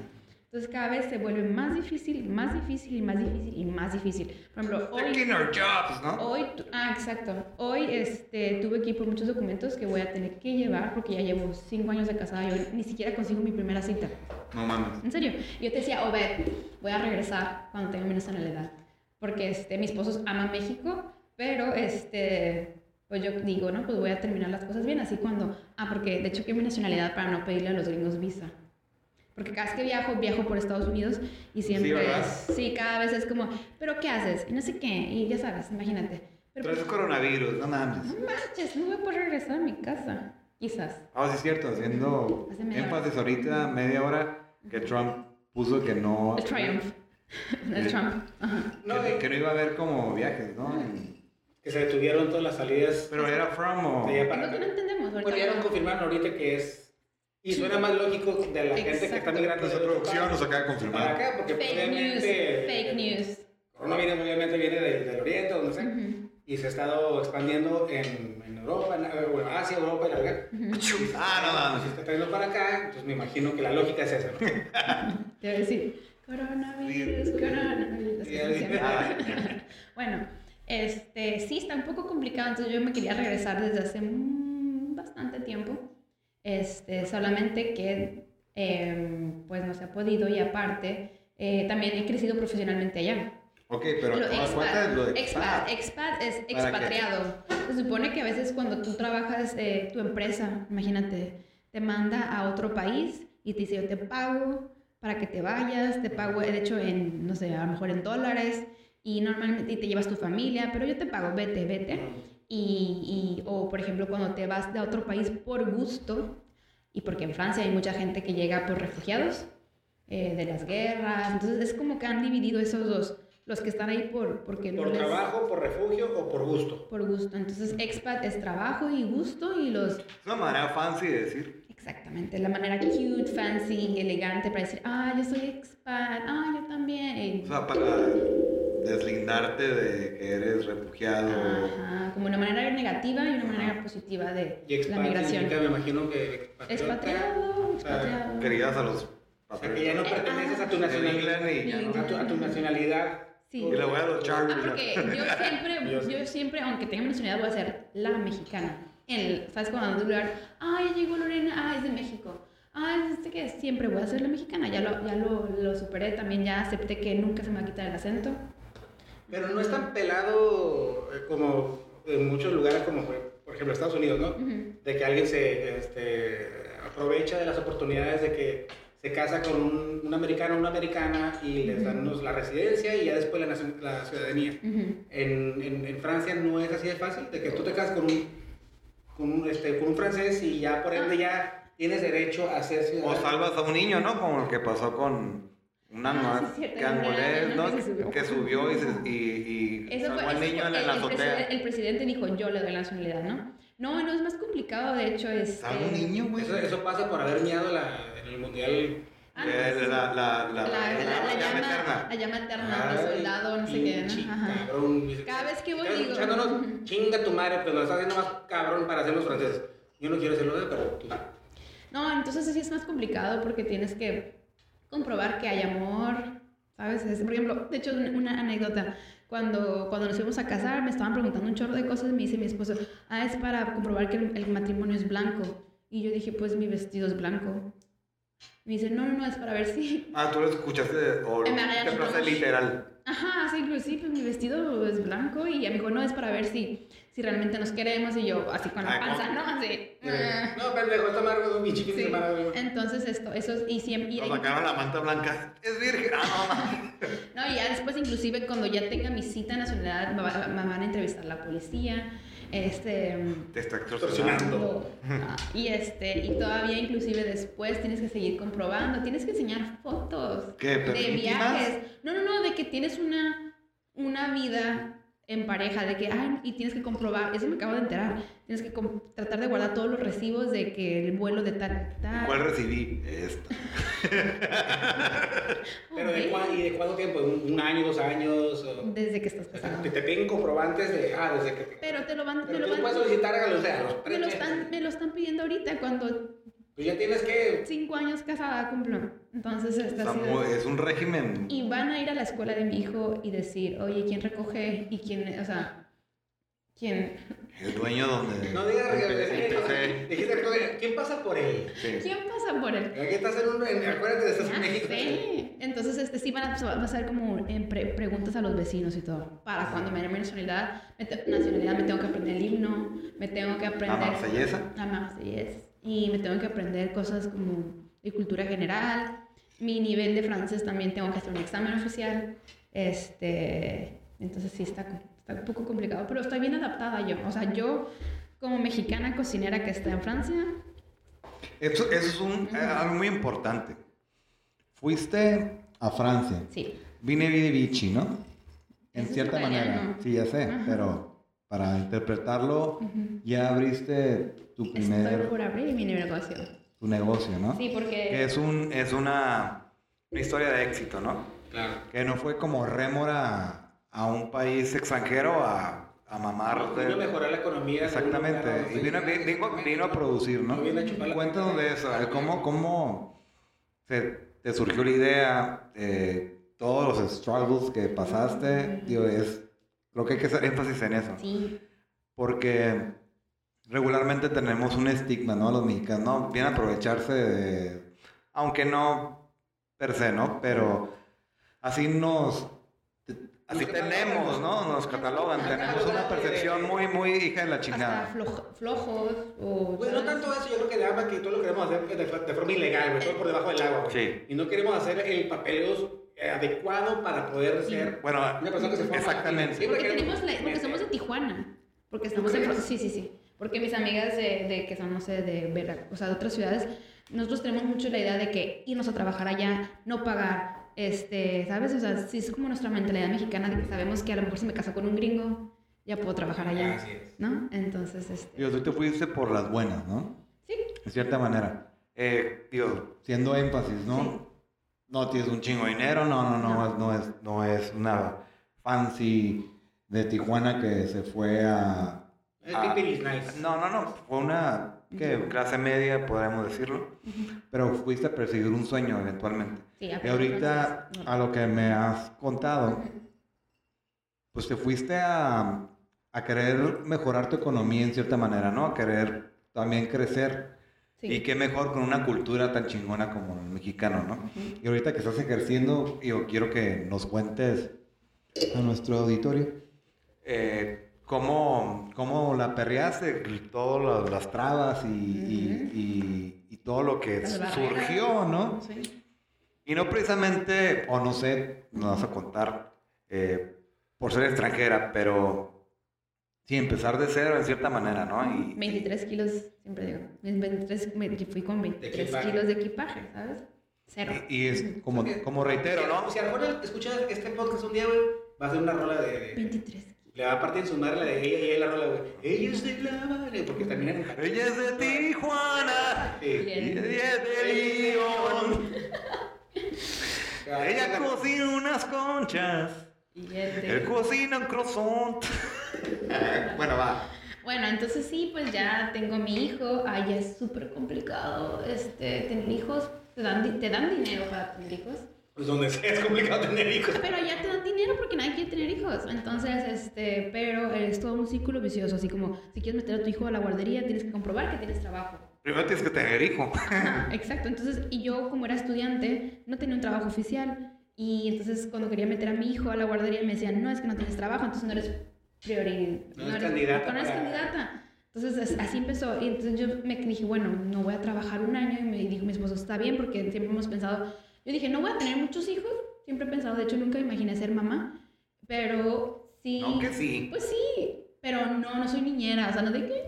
Speaker 2: entonces cada vez se vuelve más difícil, más difícil, y más difícil y más difícil. Por ejemplo, hoy...
Speaker 1: Taking our jobs, ¿no?
Speaker 2: Hoy, tu- ah, exacto. Hoy este, tuve que ir por muchos documentos que voy a tener que llevar porque ya llevo cinco años de casada. Yo ni siquiera consigo mi primera cita.
Speaker 1: No mames.
Speaker 2: En serio. Yo te decía, Obed, voy a regresar cuando tenga mi nacionalidad. Porque este, mi esposo ama México, pero este, pues yo digo, ¿no? Pues voy a terminar las cosas bien. Así cuando. Ah, porque de hecho que mi nacionalidad para no pedirle a los gringos visa. Porque cada vez que viajo, viajo por Estados Unidos y siempre.
Speaker 1: ¿verdad?
Speaker 2: es- sí, cada vez es como, ¿pero qué haces? Y no sé qué. Y ya sabes, imagínate. Pero pues,
Speaker 1: Pero es coronavirus, no mames.
Speaker 2: no manches, no voy a poder regresar a mi casa. Quizás.
Speaker 1: Ah, sí es cierto, haciendo
Speaker 2: Hace media hora.
Speaker 1: énfasis ahorita media hora que Trump puso que no
Speaker 2: El triumph. El
Speaker 1: Sí.
Speaker 2: Trump. Ajá.
Speaker 3: No,
Speaker 1: que,
Speaker 3: y-
Speaker 1: que no iba a haber como viajes, ¿no? En-
Speaker 3: que se detuvieron todas las salidas.
Speaker 1: pero era from o
Speaker 3: de allá para
Speaker 2: Es lo que
Speaker 3: acá.
Speaker 2: no entendemos. ahorita.
Speaker 3: Bueno, ya nos confirmaron ahorita que es. Y
Speaker 2: Sí.
Speaker 3: suena más lógico de la gente que está
Speaker 2: Exacto.
Speaker 3: migrando de
Speaker 1: Nuestra
Speaker 3: otro
Speaker 1: producción
Speaker 3: país
Speaker 1: nos acaba de
Speaker 3: para
Speaker 1: confirmar.
Speaker 3: acá, porque
Speaker 2: Fake news,
Speaker 3: obviamente.
Speaker 2: fake news.
Speaker 3: El coronavirus obviamente viene del, del Oriente, donde sea.
Speaker 2: Ujú,
Speaker 3: Y se ha estado expandiendo en, en Europa, en, eh, bueno, Asia, Europa y la verga.
Speaker 2: ujú.
Speaker 1: Ah,
Speaker 3: Se está trayendo para acá, entonces me imagino que la lógica es esa, ¿no?
Speaker 2: Te voy a decir, coronavirus, coronavirus.
Speaker 3: Sí, ahí-
Speaker 1: no mames. Ah,
Speaker 2: Bueno, este, sí, está un poco complicado, entonces yo me quería regresar desde hace mm, bastante tiempo, este, solamente que em, pues no se ha podido y aparte eh, también he crecido profesionalmente allá.
Speaker 1: Ok, pero
Speaker 2: Lo
Speaker 1: ¿cuál- cuál
Speaker 2: expat,
Speaker 1: es lo de expat?
Speaker 2: expat, expat es
Speaker 1: qué?
Speaker 2: expatriado. Se supone que a veces cuando tú trabajas eh, tu empresa, imagínate, te manda a otro país y te dice yo te pago para que te vayas, te pago de hecho en, no sé, a lo mejor en dólares y normalmente y te llevas tu familia, pero yo te pago, vete, vete. Y, y- o por ejemplo cuando te vas de otro país por gusto, y porque en Francia hay mucha gente que llega por refugiados eh, de las guerras, entonces es como que han dividido esos dos, los que están ahí por, porque no
Speaker 3: ¿Por
Speaker 2: les-
Speaker 3: trabajo, por refugio o por gusto?
Speaker 2: por gusto, entonces expat es trabajo y gusto y los
Speaker 1: Es una manera fancy de decir.
Speaker 2: Exactamente, la manera cute, fancy, elegante para decir, ah, yo soy expat, ah, yo también.
Speaker 1: O
Speaker 2: y-
Speaker 1: sea, para deslindarte de que eres refugiado.
Speaker 2: Ajá, como una manera negativa y una manera positiva de
Speaker 3: Y
Speaker 2: la
Speaker 3: expat
Speaker 2: migración.
Speaker 3: significa, me imagino que expatriota.
Speaker 2: Expatriado,
Speaker 3: O sea,
Speaker 2: expatriado.
Speaker 1: Querías a los
Speaker 3: O sea, que ya no
Speaker 2: Ah.
Speaker 1: patriotas.
Speaker 3: perteneces a tu
Speaker 1: De
Speaker 3: nacionalidad.
Speaker 1: England y ya no.
Speaker 3: A tu, a tu nacionalidad.
Speaker 2: Sí.
Speaker 1: Y le voy a los
Speaker 2: Ah,
Speaker 1: Chargers.
Speaker 2: porque yo
Speaker 3: Yo
Speaker 2: siempre,
Speaker 3: sí.
Speaker 2: yo siempre, aunque tenga nacionalidad, voy a ser la mexicana. El, ¿Sabes? Cuando ando en un lugar, ay, ya llegó Lorena, ah, es de México. Ah, es este que es, siempre voy a ser la mexicana. Ya, lo, ya lo, lo superé, también ya acepté que nunca se me va a quitar el acento.
Speaker 3: Pero no es tan pelado eh, como en muchos lugares, como fue, por ejemplo Estados Unidos, ¿no?
Speaker 2: Ujú.
Speaker 3: De que alguien se este, aprovecha de las oportunidades de que se casa con un, un americano o una americana y les dan unos- la residencia y ya después la, nacion- la ciudadanía.
Speaker 2: Ujú.
Speaker 3: En, en- en Francia no es así de fácil, de que tú te casas con un, con un, este, con un francés y ya por ende ya tienes derecho a ser
Speaker 1: O
Speaker 3: ciudadano.
Speaker 1: salvas a un niño, ¿no? Como lo que pasó con una
Speaker 2: Ah,
Speaker 1: ma-
Speaker 2: sí, es cierto,
Speaker 1: que
Speaker 2: la
Speaker 1: angolés,
Speaker 2: niña
Speaker 1: ¿no?
Speaker 2: que subió.
Speaker 1: Que subió y, se- y, y
Speaker 2: Eso fue,
Speaker 1: salvó al
Speaker 2: eso
Speaker 1: niño
Speaker 2: fue-
Speaker 1: en la,
Speaker 2: el,
Speaker 1: en la
Speaker 2: el presiden-
Speaker 1: azotea.
Speaker 2: el presidente dijo, yo le doy la nacionalidad, ¿no? No, no, es más complicado, de hecho, este, es...
Speaker 1: ¿Salva un niño, güey?
Speaker 3: Eso, eso pasa por haber miado la, en el mundial.
Speaker 2: Ah,
Speaker 1: Eh, la,
Speaker 2: no,
Speaker 1: la, la,
Speaker 2: Ah, la, la- la
Speaker 1: la llama
Speaker 2: llama,
Speaker 1: eterna.
Speaker 2: la llama eterna, el
Speaker 3: Ay,
Speaker 2: soldado, no sé qué,
Speaker 3: pinche
Speaker 2: ¿no? Ajá.
Speaker 3: cabrón, dice,
Speaker 2: Cada vez que voy
Speaker 3: "Estás
Speaker 2: digo,
Speaker 3: escuchándonos,
Speaker 2: ujú.
Speaker 3: chinga tu madre, pero lo estás haciendo más cabrón para hacer los franceses. Yo no quiero hacerlo, ¿eh? pero tú.
Speaker 2: No, entonces sí es más complicado porque tienes que comprobar que hay amor, ¿sabes? Es- por ejemplo, de hecho, una, una anécdota. Cuando, cuando nos fuimos a casar, me estaban preguntando un chorro de cosas y me dice mi esposo, ah, es para comprobar que el, el matrimonio es blanco. Y yo dije, pues mi vestido es blanco. Me dice, no, no, no, es para ver si...
Speaker 1: Ah, tú lo escuchaste o
Speaker 2: El
Speaker 1: te
Speaker 2: mariachi
Speaker 1: plaza
Speaker 2: todos.
Speaker 1: literal.
Speaker 2: Ajá, sí, pues sí, pues mi vestido es blanco. Y ella me dijo, no, es para ver si, si realmente nos queremos. Y yo, así con
Speaker 1: Ah,
Speaker 2: la
Speaker 1: ¿cómo?
Speaker 2: panza, ¿no? Así... "Ah".
Speaker 3: No, pendejo, está amargo, mi chiquito
Speaker 2: Sí.
Speaker 3: está amargo.
Speaker 2: Entonces esto, eso es- y siempre... y-
Speaker 1: Nos sacaron la manta blanca. Es virgen. Ah, no, mames.
Speaker 2: No, y ya después, inclusive, cuando ya tenga mi cita nacional, me, va- me van a entrevistar la policía. Este.
Speaker 1: Te está extorsionando.
Speaker 3: Extorsionando.
Speaker 2: lo- ah, y este, y todavía, inclusive, después tienes que seguir comprobando. Tienes que enseñar fotos
Speaker 1: ¿Qué? ¿Pero
Speaker 2: de
Speaker 1: íntimas?
Speaker 2: viajes. No, no, no, de que tienes una, una vida en pareja, de que, ay, y tienes que comprobar. Eso me acabo de enterar. Tienes que com- tratar de guardar todos los recibos de que el vuelo de tal, tal.
Speaker 1: ¿Cuál recibí? Esta.
Speaker 3: Pero
Speaker 2: Ok.
Speaker 3: ¿de cuá- ¿y de cuánto tiempo? ¿Un, un año, dos años? O...
Speaker 2: Desde que estás
Speaker 3: o sea,
Speaker 2: casado.
Speaker 3: te, te piden comprobantes de. Ah, desde que. Te...
Speaker 2: Pero te lo van, te
Speaker 3: Pero
Speaker 2: lo
Speaker 3: tú
Speaker 2: van
Speaker 3: puedes solicitar a los, o sea, a los
Speaker 2: Me
Speaker 3: tres
Speaker 2: lo,
Speaker 3: meses.
Speaker 2: están, me lo están pidiendo ahorita cuando
Speaker 3: Pues ya tienes que.
Speaker 2: cinco años casada cumplo. Entonces está
Speaker 1: Está
Speaker 2: así de-
Speaker 1: muy- es un régimen.
Speaker 2: Y van a ir a la escuela de mi hijo y decir, oye, ¿quién recoge? Y quién, o sea, ¿quién,
Speaker 1: El dueño donde.
Speaker 3: No digas
Speaker 1: empe-
Speaker 3: que.
Speaker 1: empecé.
Speaker 3: Dijiste que. ¿Quién pasa por él?
Speaker 1: Sí.
Speaker 2: ¿quién pasa por él?
Speaker 3: Aquí estás en un. en- acuérdate, estás en
Speaker 2: Ya
Speaker 3: México.
Speaker 2: sé. Ah, Entonces, este, sí van a, va a ser como eh, pre- preguntas a los vecinos y todo. Para cuando me den mi nacionalidad, me te- nacionalidad, me tengo que aprender el himno, me tengo que aprender...
Speaker 1: La marsellesa.
Speaker 2: La marsellesa. Y me tengo que aprender cosas como de cultura general. Mi nivel de francés también tengo que hacer un examen oficial. Este, entonces sí está, co- está un poco complicado, pero estoy bien adaptada yo. O sea, yo como mexicana cocinera que está en Francia,
Speaker 1: Eso, eso es un, eh, algo muy importante.
Speaker 4: Fuiste a Francia.
Speaker 2: sí.
Speaker 4: Vine de Vichy, ¿no? En
Speaker 2: Ese es
Speaker 4: cierta
Speaker 2: italiano.
Speaker 4: manera. Sí, ya sé,
Speaker 2: Ajá.
Speaker 4: pero para interpretarlo
Speaker 2: Ujú.
Speaker 4: ya abriste tu
Speaker 2: Estoy
Speaker 4: primer
Speaker 2: por abrir mi negocio.
Speaker 4: tu negocio, ¿no?
Speaker 2: Sí,
Speaker 1: Que
Speaker 2: porque...
Speaker 1: es, un, es una, una historia de éxito, ¿no?
Speaker 3: Claro.
Speaker 1: Que no fue como rémora a un país extranjero a, a mamar. de-
Speaker 3: Vino a mejorar la economía.
Speaker 1: Exactamente. Y vino, vi- vino- vino a producir, ¿no?
Speaker 3: Vino a chupar la-
Speaker 1: Cuéntanos de eso. a ver, ¿Cómo, cómo se, te surgió la idea? eh, todos los struggles que pasaste. Digo, es, creo que hay que hacer énfasis en eso.
Speaker 2: Sí.
Speaker 1: Porque regularmente tenemos un estigma, ¿no? Los mexicanos, ¿no? Vienen a aprovecharse de... Aunque no per se, ¿no? Pero así nos... Así
Speaker 3: Nos
Speaker 1: tenemos,
Speaker 3: catalogan.
Speaker 1: ¿no? Nos catalogan.
Speaker 2: Nos
Speaker 1: Tenemos
Speaker 3: catalogan
Speaker 1: una percepción
Speaker 3: de-
Speaker 1: muy, muy hija de la
Speaker 2: Hasta
Speaker 1: chingada.
Speaker 2: floj- flojos o...
Speaker 3: Pues no tanto eso, yo creo que nada más que todo lo queremos hacer de, de forma ilegal, güey, todo por debajo del agua. güey.
Speaker 1: Sí.
Speaker 3: Y no queremos hacer el papeleo eh, adecuado para poder ser
Speaker 1: Bueno,
Speaker 3: una persona que se forma.
Speaker 1: Exactamente.
Speaker 3: Siempre
Speaker 2: Porque,
Speaker 3: queremos-
Speaker 2: tenemos la- porque somos de Tijuana. Porque estamos en...
Speaker 3: crees?
Speaker 2: Sí, sí, sí. Porque mis amigas de, de que son, no sé, de Veracruz, o sea, de otras ciudades, nosotros tenemos mucho la idea de que irnos a trabajar allá, no pagar, este, ¿sabes? O sea, sí es como nuestra mentalidad mexicana de que sabemos que a lo mejor si me caso con un gringo, ya puedo trabajar allá,
Speaker 3: Así es.
Speaker 2: ¿no? Entonces, este...
Speaker 4: Digo, tú te fuiste por las buenas, ¿no?
Speaker 2: Sí,
Speaker 4: De cierta manera.
Speaker 1: Eh, digo,
Speaker 4: Siendo énfasis, ¿no?
Speaker 2: Sí.
Speaker 4: No tienes un chingo de dinero, no, no, no, es- no, es, no es una fancy de Tijuana que se fue a...
Speaker 3: Es
Speaker 1: Ah.
Speaker 3: pipi is nice.
Speaker 1: no, no, no. Fue una ¿qué? clase media, podríamos decirlo. Pero fuiste a perseguir un sueño eventualmente.
Speaker 2: sí.
Speaker 4: Y
Speaker 2: aprendí
Speaker 4: ahorita,
Speaker 2: francés.
Speaker 4: a lo que me has contado, pues te fuiste a, a querer mejorar tu economía en cierta manera, ¿no? A querer también crecer.
Speaker 2: Sí.
Speaker 1: Y qué mejor con una cultura tan chingona como el mexicano, ¿no?
Speaker 4: Y ahorita que estás ejerciendo, yo quiero que nos cuentes a nuestro auditorio
Speaker 1: Eh, ¿Cómo,
Speaker 4: cómo la perreaste, todas las, las trabas y, y- y- y
Speaker 1: todo lo que
Speaker 2: Las barreras.
Speaker 1: surgió, ¿no?
Speaker 2: Sí.
Speaker 1: Y no precisamente, o no sé, nos vas a contar, eh, por ser extranjera, pero sí, empezar de cero en cierta manera, ¿no? Y,
Speaker 2: 23 kilos, siempre digo. 23, me fui con 23
Speaker 3: equipaje.
Speaker 2: kilos de equipaje, ¿sabes? Cero.
Speaker 1: y es como, como reitero, ¿no?
Speaker 3: Si Arjona escucha este podcast un día, güey, va a hacer una rola de. de-
Speaker 2: 23.
Speaker 3: le va a partir su madre la de ella y ella la rola, güey. Ella es de la madre, porque también era.
Speaker 1: Ella es de Tijuana,
Speaker 3: Sí.
Speaker 1: y
Speaker 2: Bien.
Speaker 1: ella es de León. Ella
Speaker 3: como
Speaker 1: cocina unas conchas,
Speaker 2: Y este, él te-
Speaker 1: él cocina un croissant. bueno, va.
Speaker 2: Bueno, entonces sí, pues ya tengo a mi hijo. Ay, ya es súper complicado este, tener hijos. Te dan, di- te dan dinero para tener hijos.
Speaker 3: Pues donde sea, es complicado tener hijos.
Speaker 2: Pero ya te dan dinero porque nadie quiere tener hijos. Entonces, este, pero es todo un círculo vicioso. Así como, si quieres meter a tu hijo a la guardería, tienes que comprobar que tienes trabajo.
Speaker 1: Primero tienes que tener hijo.
Speaker 2: Ajá, exacto. Entonces, y yo como era estudiante, no tenía un trabajo oficial. Y entonces cuando quería meter a mi hijo a la guardería me decían, no, es que no tienes trabajo, entonces no eres priori...
Speaker 3: No eres candidata
Speaker 2: No eres
Speaker 3: para-
Speaker 2: candidata. Entonces as- así empezó. Y entonces yo me dije, bueno, no voy a trabajar un año. Y me dijo mi esposo, está bien, porque siempre hemos pensado, yo dije, no voy a tener muchos hijos. Siempre he pensado, de hecho nunca imaginé ser mamá. Pero sí...
Speaker 1: No, que sí.
Speaker 2: Pues sí, pero no, no soy niñera. O sea, no de que...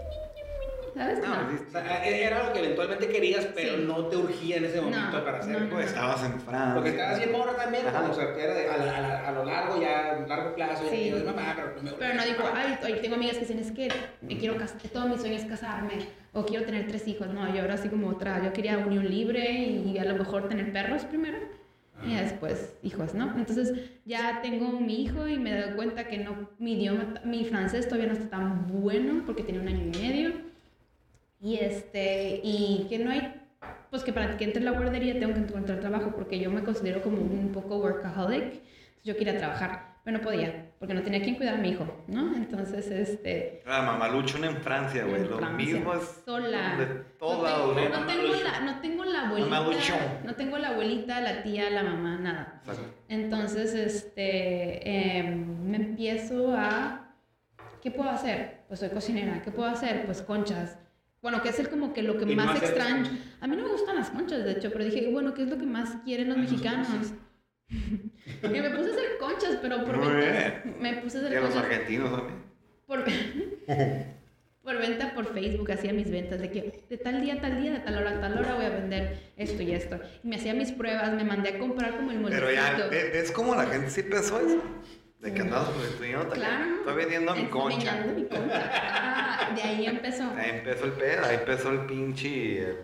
Speaker 2: ¿Sabes?
Speaker 1: No,
Speaker 2: Pues, No.
Speaker 1: sí,
Speaker 3: O sea, era lo que eventualmente querías, pero
Speaker 2: Sí.
Speaker 3: no te urgía en ese momento
Speaker 2: No,
Speaker 3: para hacerlo.
Speaker 2: no, no.
Speaker 1: pues, estabas en Francia.
Speaker 3: Porque estabas bien morra también,
Speaker 1: Ajá.
Speaker 3: como, o sea, era de- a, la- a la- a lo largo, ya, a largo plazo,
Speaker 2: Sí.
Speaker 3: ya quiero ser mamá, pero no me
Speaker 2: Pero no digo, ay, ay, tengo amigas que dicen, es que me quiero casar, todo mi sueño es casarme, o quiero tener tres hijos. No, yo ahora sí como otra, yo quería unión libre y a lo mejor tener perros primero y ya después hijos, ¿no? Entonces ya tengo mi hijo y me doy cuenta que no, mi idioma, mi francés todavía no está tan bueno porque tiene un año y medio. Y este, y que no hay, pues que para que entre en la guardería tengo que encontrar trabajo porque yo me considero como un poco workaholic. Yo quería trabajar, pero no podía porque no tenía quien cuidar a mi hijo, ¿no? Entonces, este,
Speaker 1: La mamaluchona en Francia, güey.
Speaker 2: En
Speaker 1: Lo
Speaker 2: Francia.
Speaker 1: mismo es
Speaker 2: Sola.
Speaker 1: de
Speaker 2: no
Speaker 1: todo,
Speaker 2: tengo,
Speaker 1: güey.
Speaker 2: no tengo la, no tengo la
Speaker 1: Mamá Luchón.
Speaker 2: abuelita, no tengo la abuelita, la tía, la mamá, nada. Entonces, este, em, me empiezo a, ¿qué puedo hacer? Pues soy cocinera, ¿qué puedo hacer? Pues conchas. Bueno, que es el como que lo que
Speaker 3: Y no
Speaker 2: más
Speaker 3: haces-
Speaker 2: extraño. A mí no me gustan las conchas, de hecho, pero dije, bueno, ¿qué es lo que más quieren
Speaker 1: Ah,
Speaker 2: los
Speaker 3: Ay, no sé qué
Speaker 2: mexicanos? y me puse a hacer conchas, pero por
Speaker 1: pues Muy
Speaker 2: ventas. Me puse a
Speaker 1: Y
Speaker 2: hacer
Speaker 1: a los
Speaker 2: conchas
Speaker 1: argentinos también.
Speaker 2: por, por venta por Facebook hacía mis ventas de que de tal día a tal día, de tal hora a tal hora voy a vender esto y esto. Y me hacía mis pruebas, me mandé a comprar como el moldecito.
Speaker 1: Pero ya, ve- ¿ves cómo la gente sí pensó eso? De que andabas prostituyendo.
Speaker 2: Claro.
Speaker 1: Estoy vendiendo mi concha.
Speaker 2: Enseñando mi concha. Ah, de ahí empezó.
Speaker 1: Ahí empezó el pedo, ahí empezó el pinche. eh,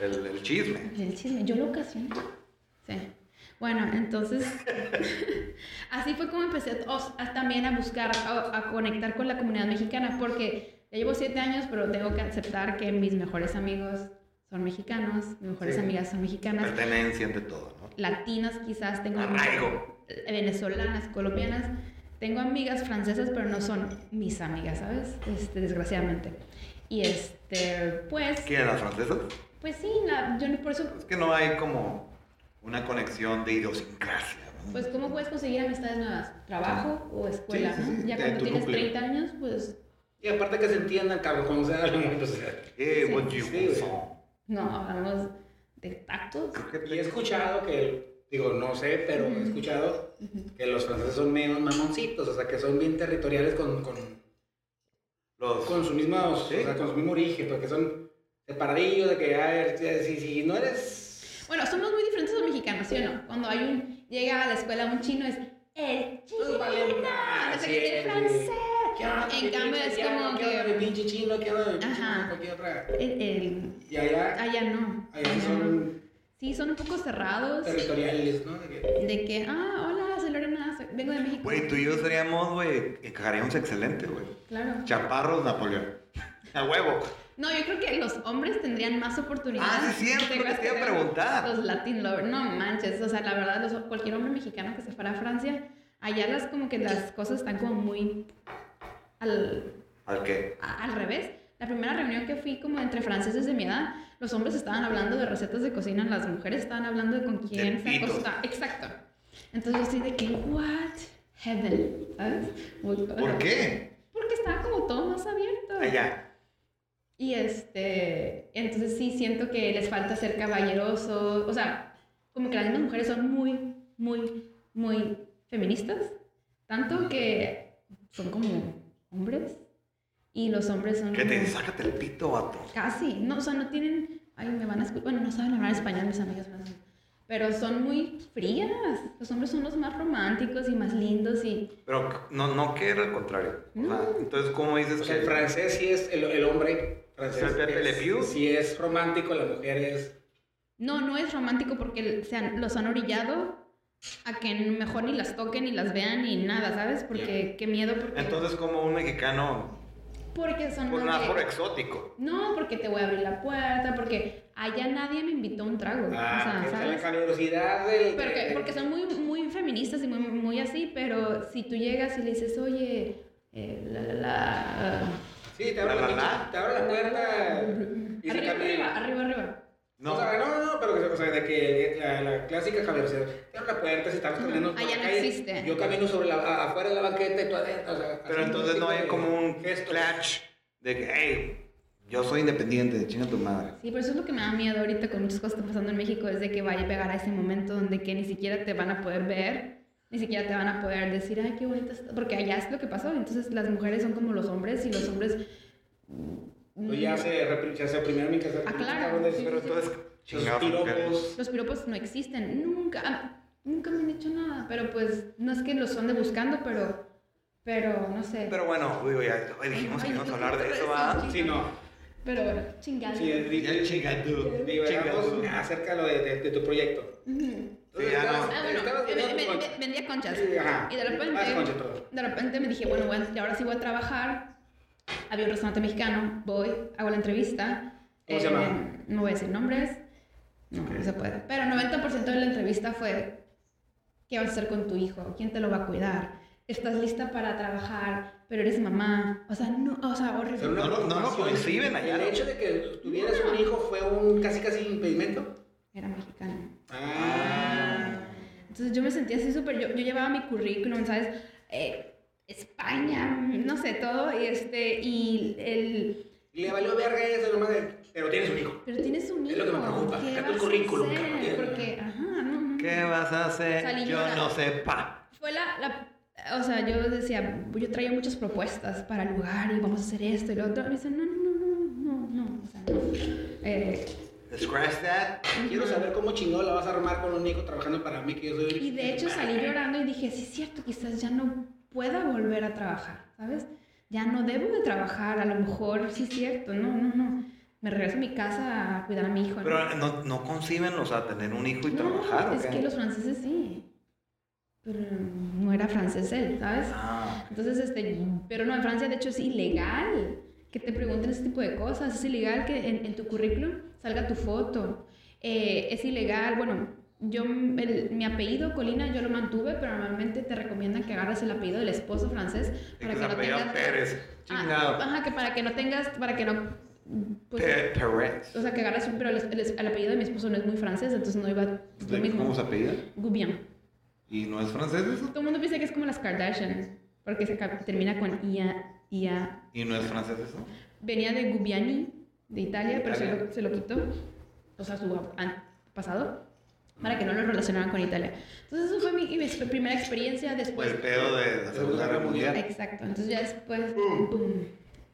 Speaker 1: El, el chisme.
Speaker 2: El chisme, yo lo ocasioné. Sí. Bueno, entonces, así fue como empecé o- a- también a buscar, a, a conectar con la comunidad mexicana, porque ya llevo siete años, pero tengo que aceptar que mis mejores amigos son mexicanos, mis mejores
Speaker 1: Sí.
Speaker 2: amigas son mexicanas,
Speaker 1: Pertenencia de todo, ¿no?
Speaker 2: latinas quizás, tengo
Speaker 1: Arraigo.
Speaker 2: eh, venezolanas, colombianas. Tengo amigas francesas, pero no son mis amigas, ¿sabes? Este, desgraciadamente. Y este, pues,
Speaker 1: ¿Quieren las francesas?
Speaker 2: pues sí, la- yo no- por eso,
Speaker 1: Es que no hay como una conexión de idiosincrasia. ¿no?
Speaker 2: pues, ¿cómo puedes conseguir amistades nuevas? Trabajo o escuela,
Speaker 1: Sí, sí,
Speaker 2: ¿no?
Speaker 1: sí,
Speaker 2: Ya
Speaker 1: de
Speaker 2: cuando
Speaker 1: tu
Speaker 2: tienes
Speaker 1: núcleo.
Speaker 2: 30 años, pues,
Speaker 3: Y aparte que se entiendan, cabrón, cuando sea algo muy
Speaker 1: Eh,
Speaker 2: sí.
Speaker 1: what you
Speaker 3: Sí, güey.
Speaker 1: want.
Speaker 2: no, hablamos de tactos.
Speaker 1: Creo que
Speaker 3: Y he escuchado que, digo, no sé, pero he escuchado que los franceses son menos mamoncitos, o sea, que son bien territoriales con, con,
Speaker 1: los.
Speaker 3: con su misma,
Speaker 1: Sí.
Speaker 3: o sea, con su mismo origen, porque son separadillos, de que, a ver, si, si no eres...
Speaker 2: Bueno, somos muy diferentes a los mexicanos, ¿sí o no? Cuando hay un, llega a la escuela un chino, es el chino,
Speaker 3: Pues vale,
Speaker 2: no sé qué, el
Speaker 3: sí.
Speaker 2: francés.
Speaker 3: ¿qué onda,
Speaker 2: En
Speaker 3: mi
Speaker 2: cambio,
Speaker 3: pinche
Speaker 2: es
Speaker 3: italiano?
Speaker 2: como
Speaker 3: ¿Qué onda,
Speaker 2: que-
Speaker 3: mi pinche chino, ¿qué onda, mi pinche
Speaker 2: Ajá.
Speaker 3: chino, cualquier otra?
Speaker 2: El- el-
Speaker 3: Y allá,
Speaker 2: allá no.
Speaker 3: allá sí son
Speaker 2: Sí, son un poco cerrados.
Speaker 3: territoriales, ¿no? De que-
Speaker 2: De que, ah, hola, soy Lorena, soy- vengo de México.
Speaker 1: Güey, tú y yo seríamos, güey, encajaríamos excelente, güey.
Speaker 2: Claro.
Speaker 1: Chaparros Napoleón. A huevo.
Speaker 2: No, yo creo que los hombres tendrían más oportunidades.
Speaker 1: Ah, sí, cierto,
Speaker 2: ¿Te acuerdas
Speaker 1: te iba a
Speaker 2: que eran
Speaker 1: preguntar.
Speaker 2: Los Latin lovers, no manches. O sea, la verdad, los- cualquier hombre mexicano que se fuera a Francia, allá las como que las cosas están como muy al,
Speaker 1: ¿Al qué?
Speaker 2: a- al revés. La primera reunión que fui como entre franceses de mi edad, los hombres estaban hablando de recetas de cocina, las mujeres estaban hablando de con quién se
Speaker 1: pitos.
Speaker 2: acosta. Exacto. Entonces yo estoy de que, what? Heaven. ¿Sabes? Muy-
Speaker 1: ¿Por qué? Ah,
Speaker 2: Porque estaba como todo más abierto.
Speaker 1: Allá.
Speaker 2: Y este, entonces sí siento que les falta ser caballerosos, o sea, como que las mismas mujeres son muy, muy, muy feministas, tanto que son como hombres y los hombres son...
Speaker 1: ¿Qué te
Speaker 2: como-
Speaker 1: dice? Sácate el pito, vato.
Speaker 2: Casi, no, o sea, no tienen, ay, me van a escuchar, bueno, no saben hablar español mis amigas, francesas, pero son muy frías, los hombres son los más románticos y más lindos y
Speaker 1: Pero no, no que era el contrario. O sea,
Speaker 2: Mm.
Speaker 1: entonces, ¿cómo dices
Speaker 3: O
Speaker 1: que
Speaker 3: sea, el francés sí es el, el hombre francés.
Speaker 1: ¿Es el Pepe
Speaker 3: es-
Speaker 1: Le Pew?
Speaker 3: Sí es romántico, la mujer es...
Speaker 2: No, no es romántico porque se han- los han orillado a que mejor ni las toquen ni las vean ni nada, ¿sabes? Porque qué miedo porque
Speaker 1: Entonces, como un mexicano,
Speaker 2: porque son
Speaker 1: por
Speaker 2: más
Speaker 1: nada,
Speaker 2: de-
Speaker 1: por exótico.
Speaker 2: No, porque te voy a abrir la puerta, porque allá nadie me invitó a un trago,
Speaker 3: Ah,
Speaker 2: o sea,
Speaker 3: que sea la
Speaker 2: ¿sabes?
Speaker 3: calurosidad del...
Speaker 2: Porque,
Speaker 3: del-
Speaker 2: porque son muy, muy feministas y muy, muy así, pero si tú llegas y le dices, oye, eh, la, la, la,
Speaker 3: Sí, te abro
Speaker 1: La,
Speaker 3: la,
Speaker 1: la, la.
Speaker 3: pinche- te abro la puerta y se
Speaker 2: arriba,
Speaker 3: cambia.
Speaker 2: arriba, arriba, arriba.
Speaker 1: No,
Speaker 3: O sea, no, no, no, pero que- o sea, de que la, la clásica calurosidad. Te abro la puerta, si estamos
Speaker 2: Ujú.
Speaker 3: caminando por
Speaker 2: Allá
Speaker 3: la
Speaker 2: no
Speaker 3: calle,
Speaker 2: existe.
Speaker 3: Yo camino sobre la, a- afuera de la banqueta y tú adentro, o sea,
Speaker 1: pero
Speaker 3: haciendo
Speaker 1: entonces no
Speaker 3: tipo
Speaker 1: hay
Speaker 3: de
Speaker 1: como un
Speaker 3: gestos.
Speaker 1: clash de que, hey, yo soy independiente, chinga tu madre.
Speaker 2: Sí, pero eso es lo que me da miedo ahorita con muchas cosas que están pasando en México, es de que vaya a llegar a ese momento donde que ni siquiera te van a poder ver, ni siquiera te van a poder decir, ay, qué bonita está, porque allá es lo que pasó, entonces las mujeres son como los hombres y los hombres... mm,
Speaker 3: Pues ya se, repri- ya se oprimieron mi casa.
Speaker 2: Ah, claro, sí,
Speaker 1: Pero entonces, pues,
Speaker 3: Los
Speaker 1: chingados.
Speaker 3: piropos.
Speaker 2: Los piropos no existen, nunca, ah, nunca me han hecho nada, pero pues no es que los ande buscando, pero, pero no sé.
Speaker 1: Pero bueno, digo, ya ay, dijimos que
Speaker 2: Ay,
Speaker 1: íbamos a
Speaker 2: yo
Speaker 1: hablar de
Speaker 2: creo
Speaker 1: eso,
Speaker 2: que
Speaker 1: ¿va?
Speaker 2: sí.
Speaker 3: Sí, no.
Speaker 2: Pero bueno, chingada.
Speaker 3: Sí, es
Speaker 4: Ya
Speaker 3: difícil.
Speaker 4: chingadú.
Speaker 3: Divagamos acerca de, lo de, de- de tu proyecto.
Speaker 2: Ujú.
Speaker 3: Entonces,
Speaker 1: ya
Speaker 3: estabas-
Speaker 2: Ah, bueno,
Speaker 3: estabas
Speaker 2: ven-
Speaker 3: vendiendo
Speaker 2: ven-
Speaker 3: conchas.
Speaker 2: ven- vendía conchas.
Speaker 3: Sí, ajá.
Speaker 2: Y de repente,
Speaker 3: Ah, conchas, perdón.
Speaker 2: de repente me dije, bueno, voy a- y ahora sí voy a trabajar. Había un restaurante mexicano, voy, hago la entrevista. Eh,
Speaker 3: ¿Cómo se llama?
Speaker 2: No voy a decir nombres. No, no se puede. Pero 90% de la entrevista fue, ¿qué vas a hacer con tu hijo? ¿Quién te lo va a cuidar? ¿Estás lista para trabajar? Pero eres mamá. O sea, no, o sea, horrible.
Speaker 3: Pero
Speaker 1: No, no, no lo
Speaker 3: preocupación.
Speaker 1: conciben allá.
Speaker 3: El hecho de que tuvieras un hijo fue un casi casi impedimento.
Speaker 2: Era mexicano.
Speaker 3: Ah.
Speaker 2: Entonces yo me sentía así súper, yo, yo llevaba mi currículum, ¿sabes? Eh, España, no sé, todo, y este, y el...
Speaker 3: Le valió verga eso nomás de, pero tienes un hijo.
Speaker 2: Pero tienes un hijo,
Speaker 3: Es lo que me preocupa,
Speaker 2: ¿qué
Speaker 3: acá tu
Speaker 2: vas a
Speaker 3: currículum,
Speaker 2: hacer?
Speaker 3: cabrón, ya, ya.
Speaker 2: Porque, ajá, no, no.
Speaker 1: ¿Qué vas a hacer?
Speaker 2: Salí
Speaker 1: Yo
Speaker 2: llorando.
Speaker 1: no sé, pa.
Speaker 2: Fue la, la- o sea, yo decía, yo traía muchas propuestas para el lugar, y vamos a hacer esto y lo otro, y me dicen, no, no, no, no, no, no, o sea, no. Eh,
Speaker 1: Scratch that.
Speaker 3: Quiero saber cómo chingado la vas a armar con un hijo trabajando para mí, que yo soy...
Speaker 2: Y de hecho salí llorando y dije, sí es cierto, quizás ya no pueda volver a trabajar, ¿sabes? Ya no debo de trabajar, a lo mejor sí es cierto, no, no, no. Me regreso a mi casa a cuidar a mi hijo. ¿no?
Speaker 1: Pero no, no conciben, o sea, tener un hijo y
Speaker 2: No,
Speaker 1: trabajar, ¿o
Speaker 2: es
Speaker 1: qué?
Speaker 2: que los franceses sí. Pero no era francés él, ¿sabes?
Speaker 1: Ah,
Speaker 2: Entonces, este, pero no, en Francia de hecho es ilegal que te pregunten ese tipo de cosas, es ilegal que en, en tu currículum salga tu foto, Eh, es ilegal, bueno, yo m- el- mi apellido Colina yo lo mantuve, pero normalmente te recomiendan que agarres el apellido del esposo francés
Speaker 1: y que se apellida Pérez.
Speaker 2: Ah,
Speaker 1: Chingado.
Speaker 2: ajá, que para que no tengas, para que no, pues,
Speaker 1: Pe- Pérez.
Speaker 2: o sea, que agarres, un- pero el, el- el apellido de mi esposo no es muy francés, entonces no iba pues, lo mismo.
Speaker 1: ¿Cómo se apellida?
Speaker 2: Goubian.
Speaker 1: ¿Y no es francés eso?
Speaker 2: Todo el mundo piensa que es como las Kardashians, porque se ca- termina con ia, ia,
Speaker 1: ¿Y no es francés eso?
Speaker 2: Venía de Gubiani, de Italia, pero se
Speaker 1: Italia.
Speaker 2: lo, se lo quitó, o sea, su an- pasado, para que no lo relacionaran con Italia. Entonces, eso fue mi, mi ex- primera experiencia
Speaker 1: Pues
Speaker 2: después.
Speaker 1: el pedo de la Segunda Guerra Mundial.
Speaker 2: Exacto, entonces ya después. boom.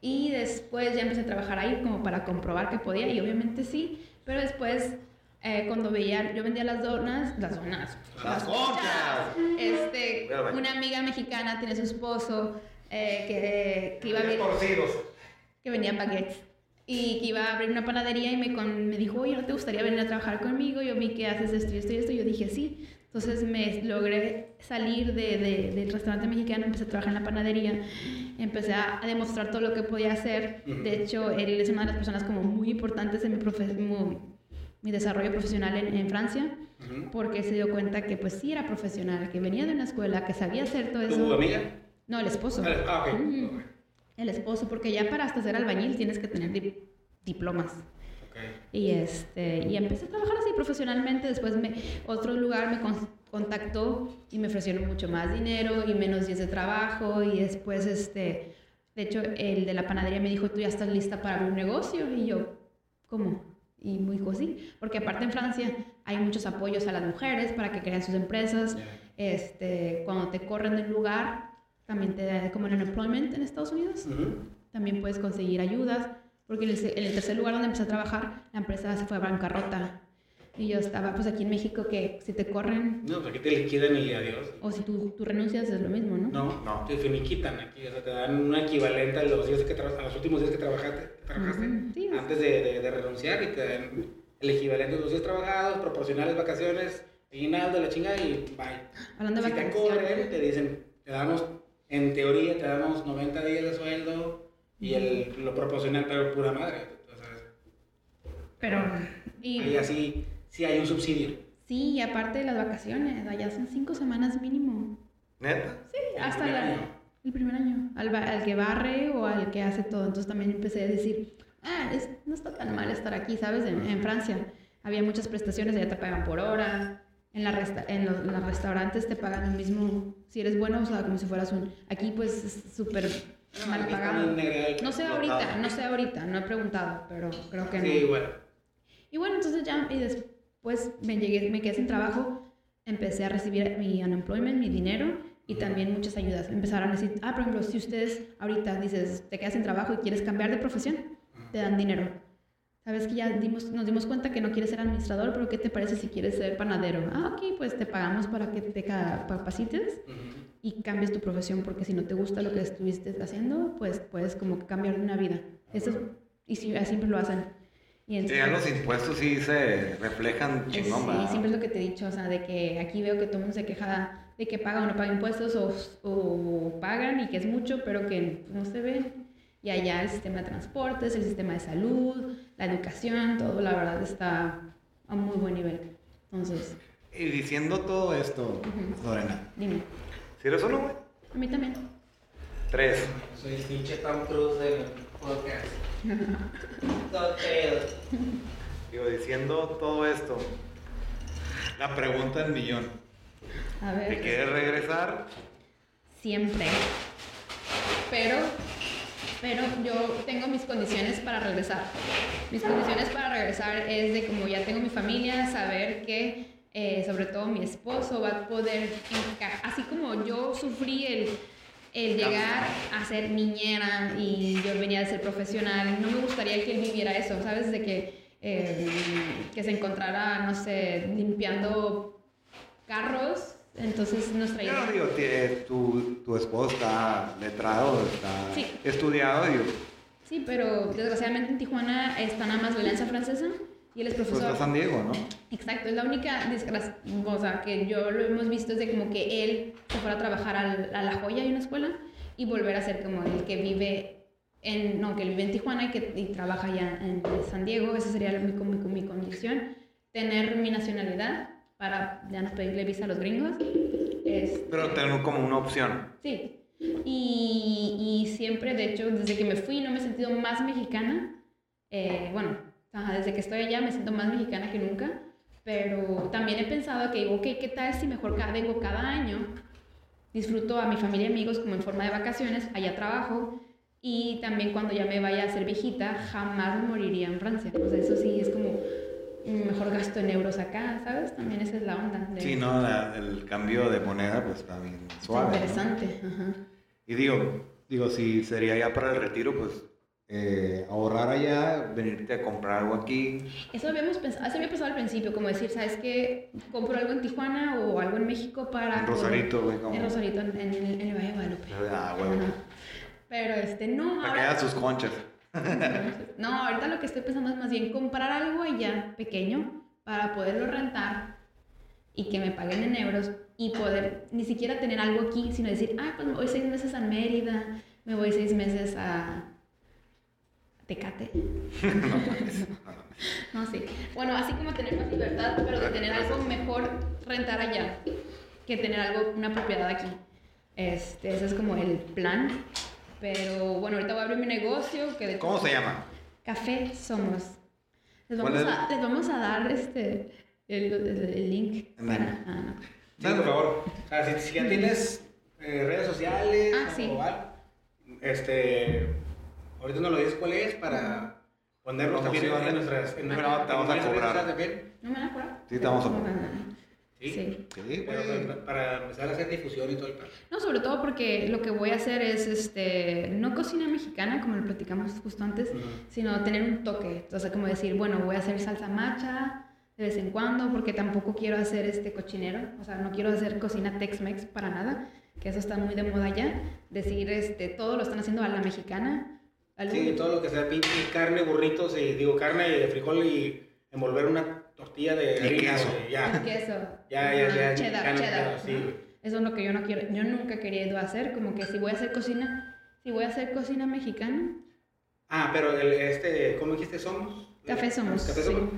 Speaker 2: Y después ya empecé a trabajar ahí como para comprobar que podía, y obviamente sí, pero después. eh, cuando veía, yo vendía las donas, las donas,
Speaker 1: ¡Las conchas!
Speaker 2: este,
Speaker 1: Voy al baño.
Speaker 2: una amiga mexicana tiene su esposo eh, que, que iba a
Speaker 1: Bien
Speaker 2: venir
Speaker 1: torcidos.
Speaker 2: que venía baguettes y que iba a abrir una panadería y me, con- me dijo, oye, ¿no te gustaría venir a trabajar conmigo? Yo vi que haces esto y esto y esto. Yo dije, sí. Entonces me logré salir de, de- del restaurante mexicano, empecé a trabajar en la panadería, empecé a, a demostrar todo lo que podía hacer. De hecho, él es una de las personas como muy importantes en mi, profe- mu- mi desarrollo profesional en, en Francia,
Speaker 3: Ujú.
Speaker 2: porque se dio cuenta que pues sí era profesional, que venía de una escuela, que sabía hacer todo
Speaker 3: ¿Tu
Speaker 2: eso.
Speaker 3: amiga?
Speaker 2: pues, No, el esposo.
Speaker 3: Ah, ok.
Speaker 2: Ujú. El esposo, porque ya para hasta ser albañil tienes que tener di- diplomas.
Speaker 3: Ok.
Speaker 2: Y, este, y empecé a trabajar así profesionalmente. Después me, otro lugar me con- contactó y me ofrecieron mucho más dinero y menos días de trabajo. Y después este, De hecho, el de la panadería me dijo, tú ya estás lista para abrir un negocio. Y yo, ¿cómo? Y muy dijo, sí. Porque aparte en Francia hay muchos apoyos a las mujeres para que creen sus empresas. Este, cuando te corren del lugar, también te da como en unemployment en Estados Unidos.
Speaker 3: Ujú.
Speaker 2: También puedes conseguir ayudas. Porque en el, se- en el tercer lugar donde empecé a trabajar, la empresa se fue a bancarrota. Y yo estaba, pues aquí en México, que si te corren
Speaker 3: No, pues aquí te liquidan el adiós.
Speaker 2: o si tú, tú renuncias es lo mismo, ¿no?
Speaker 3: No,
Speaker 1: No.
Speaker 3: Te finiquitan aquí, o sea, te dan un equivalente a los, días que traba- a los últimos días que trabajaste, trabajaste
Speaker 2: Ujú, sí, o sea.
Speaker 3: antes de, de- de renunciar y te dan el equivalente de los días trabajados, proporcionales vacaciones, aguinaldo, la chinga y bye.
Speaker 2: Hablando de
Speaker 3: si te
Speaker 2: vacaciones.
Speaker 3: corren, te dicen, te damos, en teoría, te damos 90 días de sueldo y el, lo proporcional, pero pura madre. o sea,
Speaker 2: Pero,
Speaker 3: ahí
Speaker 2: y,
Speaker 3: así, sí hay un subsidio.
Speaker 2: sí, y aparte de las vacaciones, allá son cinco semanas mínimo.
Speaker 1: ¿Neta?
Speaker 2: Sí, hasta
Speaker 3: primer
Speaker 2: la-
Speaker 3: año.
Speaker 2: el primer año. Al, ba- al que barre o al que hace todo. Entonces también empecé a decir, ah, es- no está tan mal estar aquí, ¿sabes? En, en Francia había muchas prestaciones, allá te pagan por hora. En, la resta- en los, los restaurantes te pagan lo mismo, si eres bueno, o sea, como si fueras un... Aquí pues es súper mal
Speaker 3: Aquí está
Speaker 2: pagado.
Speaker 3: un negral.
Speaker 2: No sé ahorita, no sé ahorita, no he preguntado, pero creo que no.
Speaker 3: Sí, bueno.
Speaker 2: Y bueno, entonces ya, y después me, llegué, me quedé sin trabajo, empecé a recibir mi unemployment, mi dinero y también muchas ayudas. Empezaron a decir, ah, por ejemplo, si ustedes ahorita dices, te quedas sin trabajo y quieres cambiar de profesión, te dan dinero. Sabes que ya dimos, nos dimos cuenta que no quieres ser administrador, pero ¿qué te parece si quieres ser panadero? Ah, ok, pues te pagamos para que te ca- capacites
Speaker 3: Ujú.
Speaker 2: y cambies tu profesión, porque si no te gusta lo que estuviste haciendo, pues puedes como que cambiar de una vida. Eso es- y si, siempre lo hacen. Y
Speaker 1: Sí, ya los impuestos sí se reflejan
Speaker 2: Sí,
Speaker 1: chingón, ¿verdad?
Speaker 2: siempre es lo que te he dicho, o sea, de que aquí veo que todo el mundo se queja de que paga o no paga impuestos o, o pagan y que es mucho, pero que no se ve. Y allá el sistema de transportes, el sistema de salud, la educación, todo la verdad está a muy buen nivel. Entonces,
Speaker 1: Y diciendo todo esto,
Speaker 2: Ujú.
Speaker 1: Lorena,
Speaker 2: dime,
Speaker 1: si eres uno, güey?
Speaker 2: a mí también.
Speaker 1: Tres.
Speaker 6: Soy el pinche Tom Cruise del podcast. No creo.
Speaker 1: Digo, diciendo todo esto, la pregunta del millón.
Speaker 2: A
Speaker 1: ¿Te
Speaker 2: ver,
Speaker 1: quieres regresar?
Speaker 2: siempre. Pero, pero yo tengo mis condiciones para regresar. Mis condiciones para regresar es de como ya tengo mi familia, saber que eh, sobre todo mi esposo va a poder, enca- así como yo sufrí el, el llegar a ser niñera y yo venía de ser profesional, no me gustaría que él viviera eso, ¿sabes? De que, eh, que se encontrara, no sé, limpiando carros. Entonces nuestra
Speaker 1: Yo
Speaker 2: idea...
Speaker 1: no digo, tie- tu, tu esposo está letrado, está
Speaker 2: Sí.
Speaker 1: estudiado, pues, digo,
Speaker 2: Sí, pero desgraciadamente en Tijuana está nada más violencia francesa y él es
Speaker 1: pues
Speaker 2: profesor.
Speaker 1: está San Diego, ¿no?
Speaker 2: Exacto, es la única desgracia o sea, que yo lo hemos visto es de como que él se fuera a trabajar al- a La Joya y una escuela y volver a ser como el que vive en, no, que él vive en Tijuana y que y trabaja ya en San Diego, esa sería mi, mi, mi condición, tener mi nacionalidad para ya no pedirle visa a los gringos. Este,
Speaker 1: Pero tener como una opción.
Speaker 2: Sí. Y, y siempre, de hecho, desde que me fui no me he sentido más mexicana. Eh, bueno, ajá, desde que estoy allá me siento más mexicana que nunca. Pero también he pensado que, ok, ¿qué tal si mejor cada, vengo cada año? Disfruto a mi familia y amigos como en forma de vacaciones, allá trabajo. Y también cuando ya me vaya a ser viejita, jamás me moriría en Francia. O sea, eso sí es como mm, mejor gasto en euros acá, ¿sabes? También esa es la onda. de-
Speaker 1: Sí, ¿no? La- el cambio de moneda, pues está bien suave. ¿no?
Speaker 2: Interesante. Ajá.
Speaker 1: Y digo, digo, si sería ya para el retiro, pues eh, ahorrar allá, venirte a comprar algo aquí.
Speaker 2: Eso habíamos pensado, eso había pensado al principio, como decir, ¿sabes qué? Compro algo en Tijuana o algo en México para...
Speaker 1: En Rosarito, güey, como-
Speaker 2: Ah, En Rosarito, en, en el, en el Valle de Guadalupe.
Speaker 1: Ah, güey.
Speaker 2: Ajá. Pero este, no,
Speaker 1: Para que
Speaker 2: ahora...
Speaker 1: haga sus conchas.
Speaker 2: No, ahorita lo que estoy pensando es más bien comprar algo allá pequeño para poderlo rentar y que me paguen en euros y poder ni siquiera tener algo aquí, sino decir, ah, pues me voy seis meses a Mérida, me voy seis meses a Tecate. no, sí. Bueno, así como tener más libertad, pero de tener algo mejor rentar allá que tener algo, una propiedad aquí. Este, ese es como el plan. Pero bueno, ahorita voy a abrir mi negocio. Que de
Speaker 1: ¿Cómo se llama?
Speaker 2: Café Somos. Les
Speaker 1: ¿Cuál
Speaker 2: vamos,
Speaker 1: es?
Speaker 2: a, les vamos a dar este, el, el- el link.
Speaker 1: Ándale.
Speaker 2: para- ah, no.
Speaker 3: Ah, Sí, por favor. O sea, si, si ya tienes eh, redes sociales
Speaker 2: Ah, sí.
Speaker 3: o algo, Este. Ahorita no lo dices cuál es para ponernos también en,
Speaker 1: Promociones.
Speaker 3: nuestras. En,
Speaker 1: Pero te vamos a
Speaker 3: nuestras
Speaker 1: cobrar.
Speaker 3: redes también.
Speaker 2: ¿No me la acuerdo?
Speaker 1: Sí, te vamos a poner.
Speaker 3: Sí.
Speaker 2: Sí.
Speaker 1: Sí,
Speaker 3: Pero
Speaker 1: güey.
Speaker 3: para, para empezar a hacer difusión y todo el pan.
Speaker 2: No, sobre todo porque lo que voy a hacer es, este, no cocina mexicana, como lo platicamos justo antes, sino tener un toque. O sea, como decir, bueno, voy a hacer salsa macha de vez en cuando, porque tampoco quiero hacer este cochinero. O sea, no quiero hacer cocina Tex-Mex para nada, que eso está muy de moda ya. Decir, este, todo lo están haciendo a la mexicana. algo-
Speaker 3: Sí, todo lo que sea pinche carne, burritos y digo carne de frijol y envolver una tortilla de
Speaker 4: Y queso.
Speaker 3: güey,
Speaker 2: Es
Speaker 3: ya.
Speaker 2: que eso.
Speaker 3: Ya, ya,
Speaker 2: ajá,
Speaker 3: ya,
Speaker 2: Cheddar,
Speaker 3: ya no
Speaker 2: cheddar.
Speaker 3: quiero, sí,
Speaker 2: ajá.
Speaker 3: güey.
Speaker 2: Eso es lo que yo no quiero. Yo nunca he querido hacer, como que si voy a hacer cocina, si voy a hacer cocina mexicana,
Speaker 3: Ah, pero el, este, ¿cómo dijiste? Somos.
Speaker 2: Café Somos,
Speaker 3: Café
Speaker 2: sí.
Speaker 3: Somos.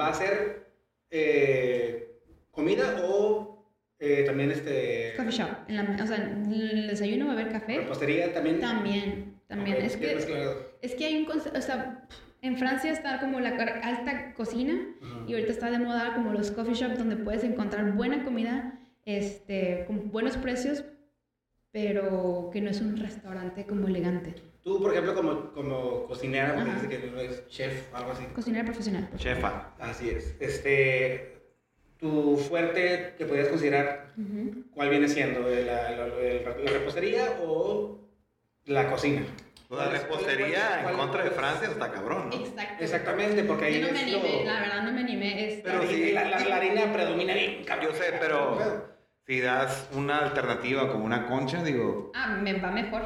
Speaker 3: ¿Va a ser eh, comida o eh, también este.
Speaker 2: coffee shop. En la- o sea, en el desayuno va a haber café.
Speaker 3: Repostería también.
Speaker 2: También, también.
Speaker 3: pues, Ok,
Speaker 2: es,
Speaker 3: bien
Speaker 2: que,
Speaker 3: mezclado.
Speaker 2: es que hay un concepto, o sea, en Francia está como la car- alta cocina y ahorita está de moda como los coffee shops donde puedes encontrar buena comida, este, con buenos precios, pero que no es un restaurante como elegante.
Speaker 3: Tú, por ejemplo, como, como cocinera, porque
Speaker 2: Ajá.
Speaker 3: dices que no eres chef o algo así.
Speaker 2: Cocinera profesional.
Speaker 1: Chefa.
Speaker 3: Así es. Este, tu fuerte que podrías considerar,
Speaker 2: Ujú.
Speaker 3: ¿cuál viene siendo? ¿La, la- la- la repostería o la cocina?
Speaker 1: Pues La
Speaker 2: Pues,
Speaker 1: repostería en contra de Francia está cabrón, ¿no?
Speaker 2: Exacto.
Speaker 3: Exactamente, porque ahí
Speaker 2: Yo no me
Speaker 3: es lo-
Speaker 2: animé, la verdad no me animé. este,
Speaker 3: Pero sí, la, la- la harina predomina bien, cabrón.
Speaker 1: Yo sé, pero si das una alternativa como una concha, digo,
Speaker 2: Ah, me va mejor.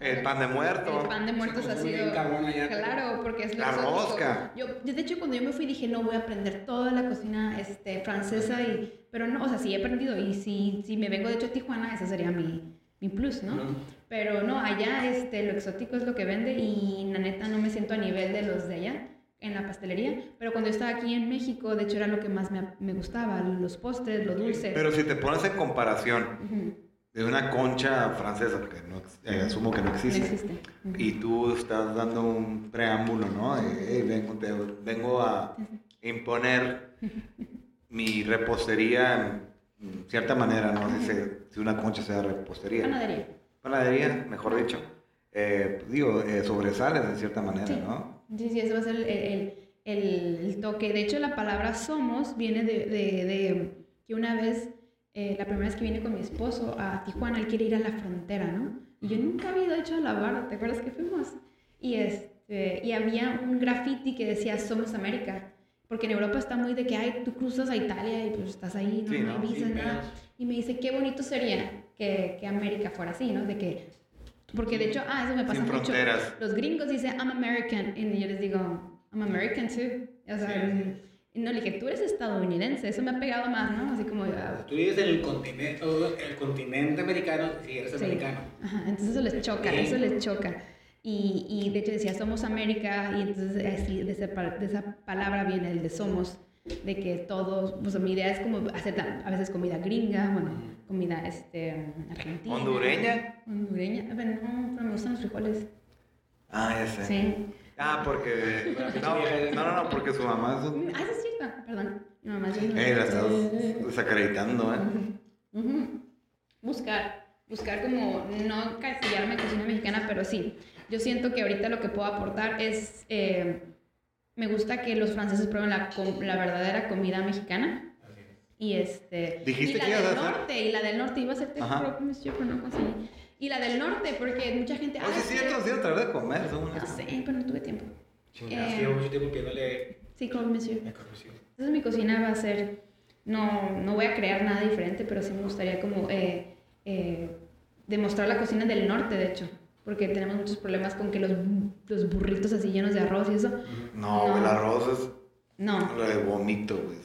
Speaker 1: el pan de muerto.
Speaker 2: El pan de muertos
Speaker 3: Se
Speaker 2: ha
Speaker 3: consume
Speaker 2: sido.
Speaker 3: bien cabrón allá.
Speaker 2: Claro, porque es lo
Speaker 1: La
Speaker 2: exótico.
Speaker 1: rosca.
Speaker 2: Yo, yo, de hecho, cuando yo me fui dije, no voy a aprender toda la cocina este, francesa, y, pero no, o sea, sí he aprendido. Y si, si me vengo de hecho a Tijuana, ese sería mi, mi plus, ¿no?
Speaker 3: Ujú.
Speaker 2: Pero no, allá este, lo exótico es lo que vende y la neta no me siento a nivel de los de allá en la pastelería. Pero cuando yo estaba aquí en México, de hecho, era lo que más me, me gustaba: los postres, los dulces.
Speaker 1: Pero si te pones en comparación
Speaker 2: Ujú,
Speaker 1: de una concha francesa, que no, ex- eh, asumo que no
Speaker 2: no
Speaker 1: existe,
Speaker 2: existe. Ujú.
Speaker 1: y tú estás dando un preámbulo, ¿no? De, "Hey, vengo, te- vengo a imponer mi repostería en cierta manera, no sé si, si una concha sea repostería.
Speaker 2: Panadería.
Speaker 1: Panadería, mejor dicho. Eh, digo, eh, sobresales de cierta manera,
Speaker 2: Sí.
Speaker 1: ¿no?
Speaker 2: Sí, sí, eso va a ser el, el- el- el toque. De hecho, la palabra somos viene de, de- de que una vez, eh, la primera vez que vine con mi esposo a Tijuana, él quiere ir a la frontera, ¿no? Y yo nunca había hecho a la barra, ¿te acuerdas que fuimos? Y, este, y había un graffiti que decía somos América. Porque en Europa está muy de que, ay, tú cruzas a Italia y pues estás ahí, no,
Speaker 1: Sí,
Speaker 2: no hay
Speaker 1: ¿no?
Speaker 2: visa,
Speaker 3: Sin
Speaker 2: nada.
Speaker 3: pedos.
Speaker 2: Y me dice, qué bonito sería que, que América fuera así, ¿no? De que... Porque de hecho, ah, eso me pasa
Speaker 1: Sin
Speaker 2: mucho.
Speaker 1: fronteras.
Speaker 2: Los gringos dicen, I'm American. Y yo les digo, I'm American too. O sea, y no le dije, tú eres estadounidense. Eso me ha pegado más, ¿no? Así como... ah,
Speaker 3: Tú vives en el continente, el continente americano, si eres
Speaker 2: sí.
Speaker 3: americano.
Speaker 2: Ajá, entonces eso les choca,
Speaker 3: Ok.
Speaker 2: eso les choca. Y, y de hecho decía, somos América. Y entonces así, de, esa, pa- de esa palabra viene el de somos. De que todos, pues mi idea es como hacer ta- a veces comida gringa, bueno, comida este, argentina.
Speaker 1: ¿Hondureña?
Speaker 2: Hondureña, bueno, no, pero me gustan los frijoles.
Speaker 1: Ah, ya sé.
Speaker 2: Sí.
Speaker 1: Ah, porque. No, no, no, no, porque su mamá es un-
Speaker 2: Ah, eso es cierto, perdón. Mi mamá es
Speaker 1: Eh, la estás desacreditando, ¿eh?
Speaker 2: Ujú. Buscar, buscar como no castigarme en cocina mexicana, pero sí. Yo siento que ahorita lo que puedo aportar es, eh, me gusta que los franceses prueben la, com- la verdadera comida mexicana. Y este...
Speaker 1: Dijiste
Speaker 2: y la
Speaker 1: que ibas
Speaker 2: del
Speaker 1: a hacer-
Speaker 2: norte, y la del norte, iba a ser
Speaker 1: Ajá.
Speaker 2: Monsieur, pero no conseguí. Y la del norte, porque mucha gente...
Speaker 1: Oye,
Speaker 2: "Ah,
Speaker 1: sí,
Speaker 2: es que-".
Speaker 1: cierto, sí, tratar de comer, según
Speaker 2: No
Speaker 1: esto.
Speaker 2: sé, pero no tuve tiempo.
Speaker 3: Chingas,
Speaker 2: Eh.
Speaker 3: llevo mucho tiempo pidiéndole
Speaker 2: Sí, Croque Monsieur.
Speaker 3: la corrupción.
Speaker 2: Entonces mi cocina va a ser, no, no voy a crear nada diferente, pero sí me gustaría como eh, eh, demostrar la cocina del norte, de hecho, porque tenemos muchos problemas con que los, bu- los burritos así llenos de arroz y eso,
Speaker 1: No, güey, el
Speaker 2: No.
Speaker 1: arroz es
Speaker 2: no,
Speaker 1: lo de vomito, güey.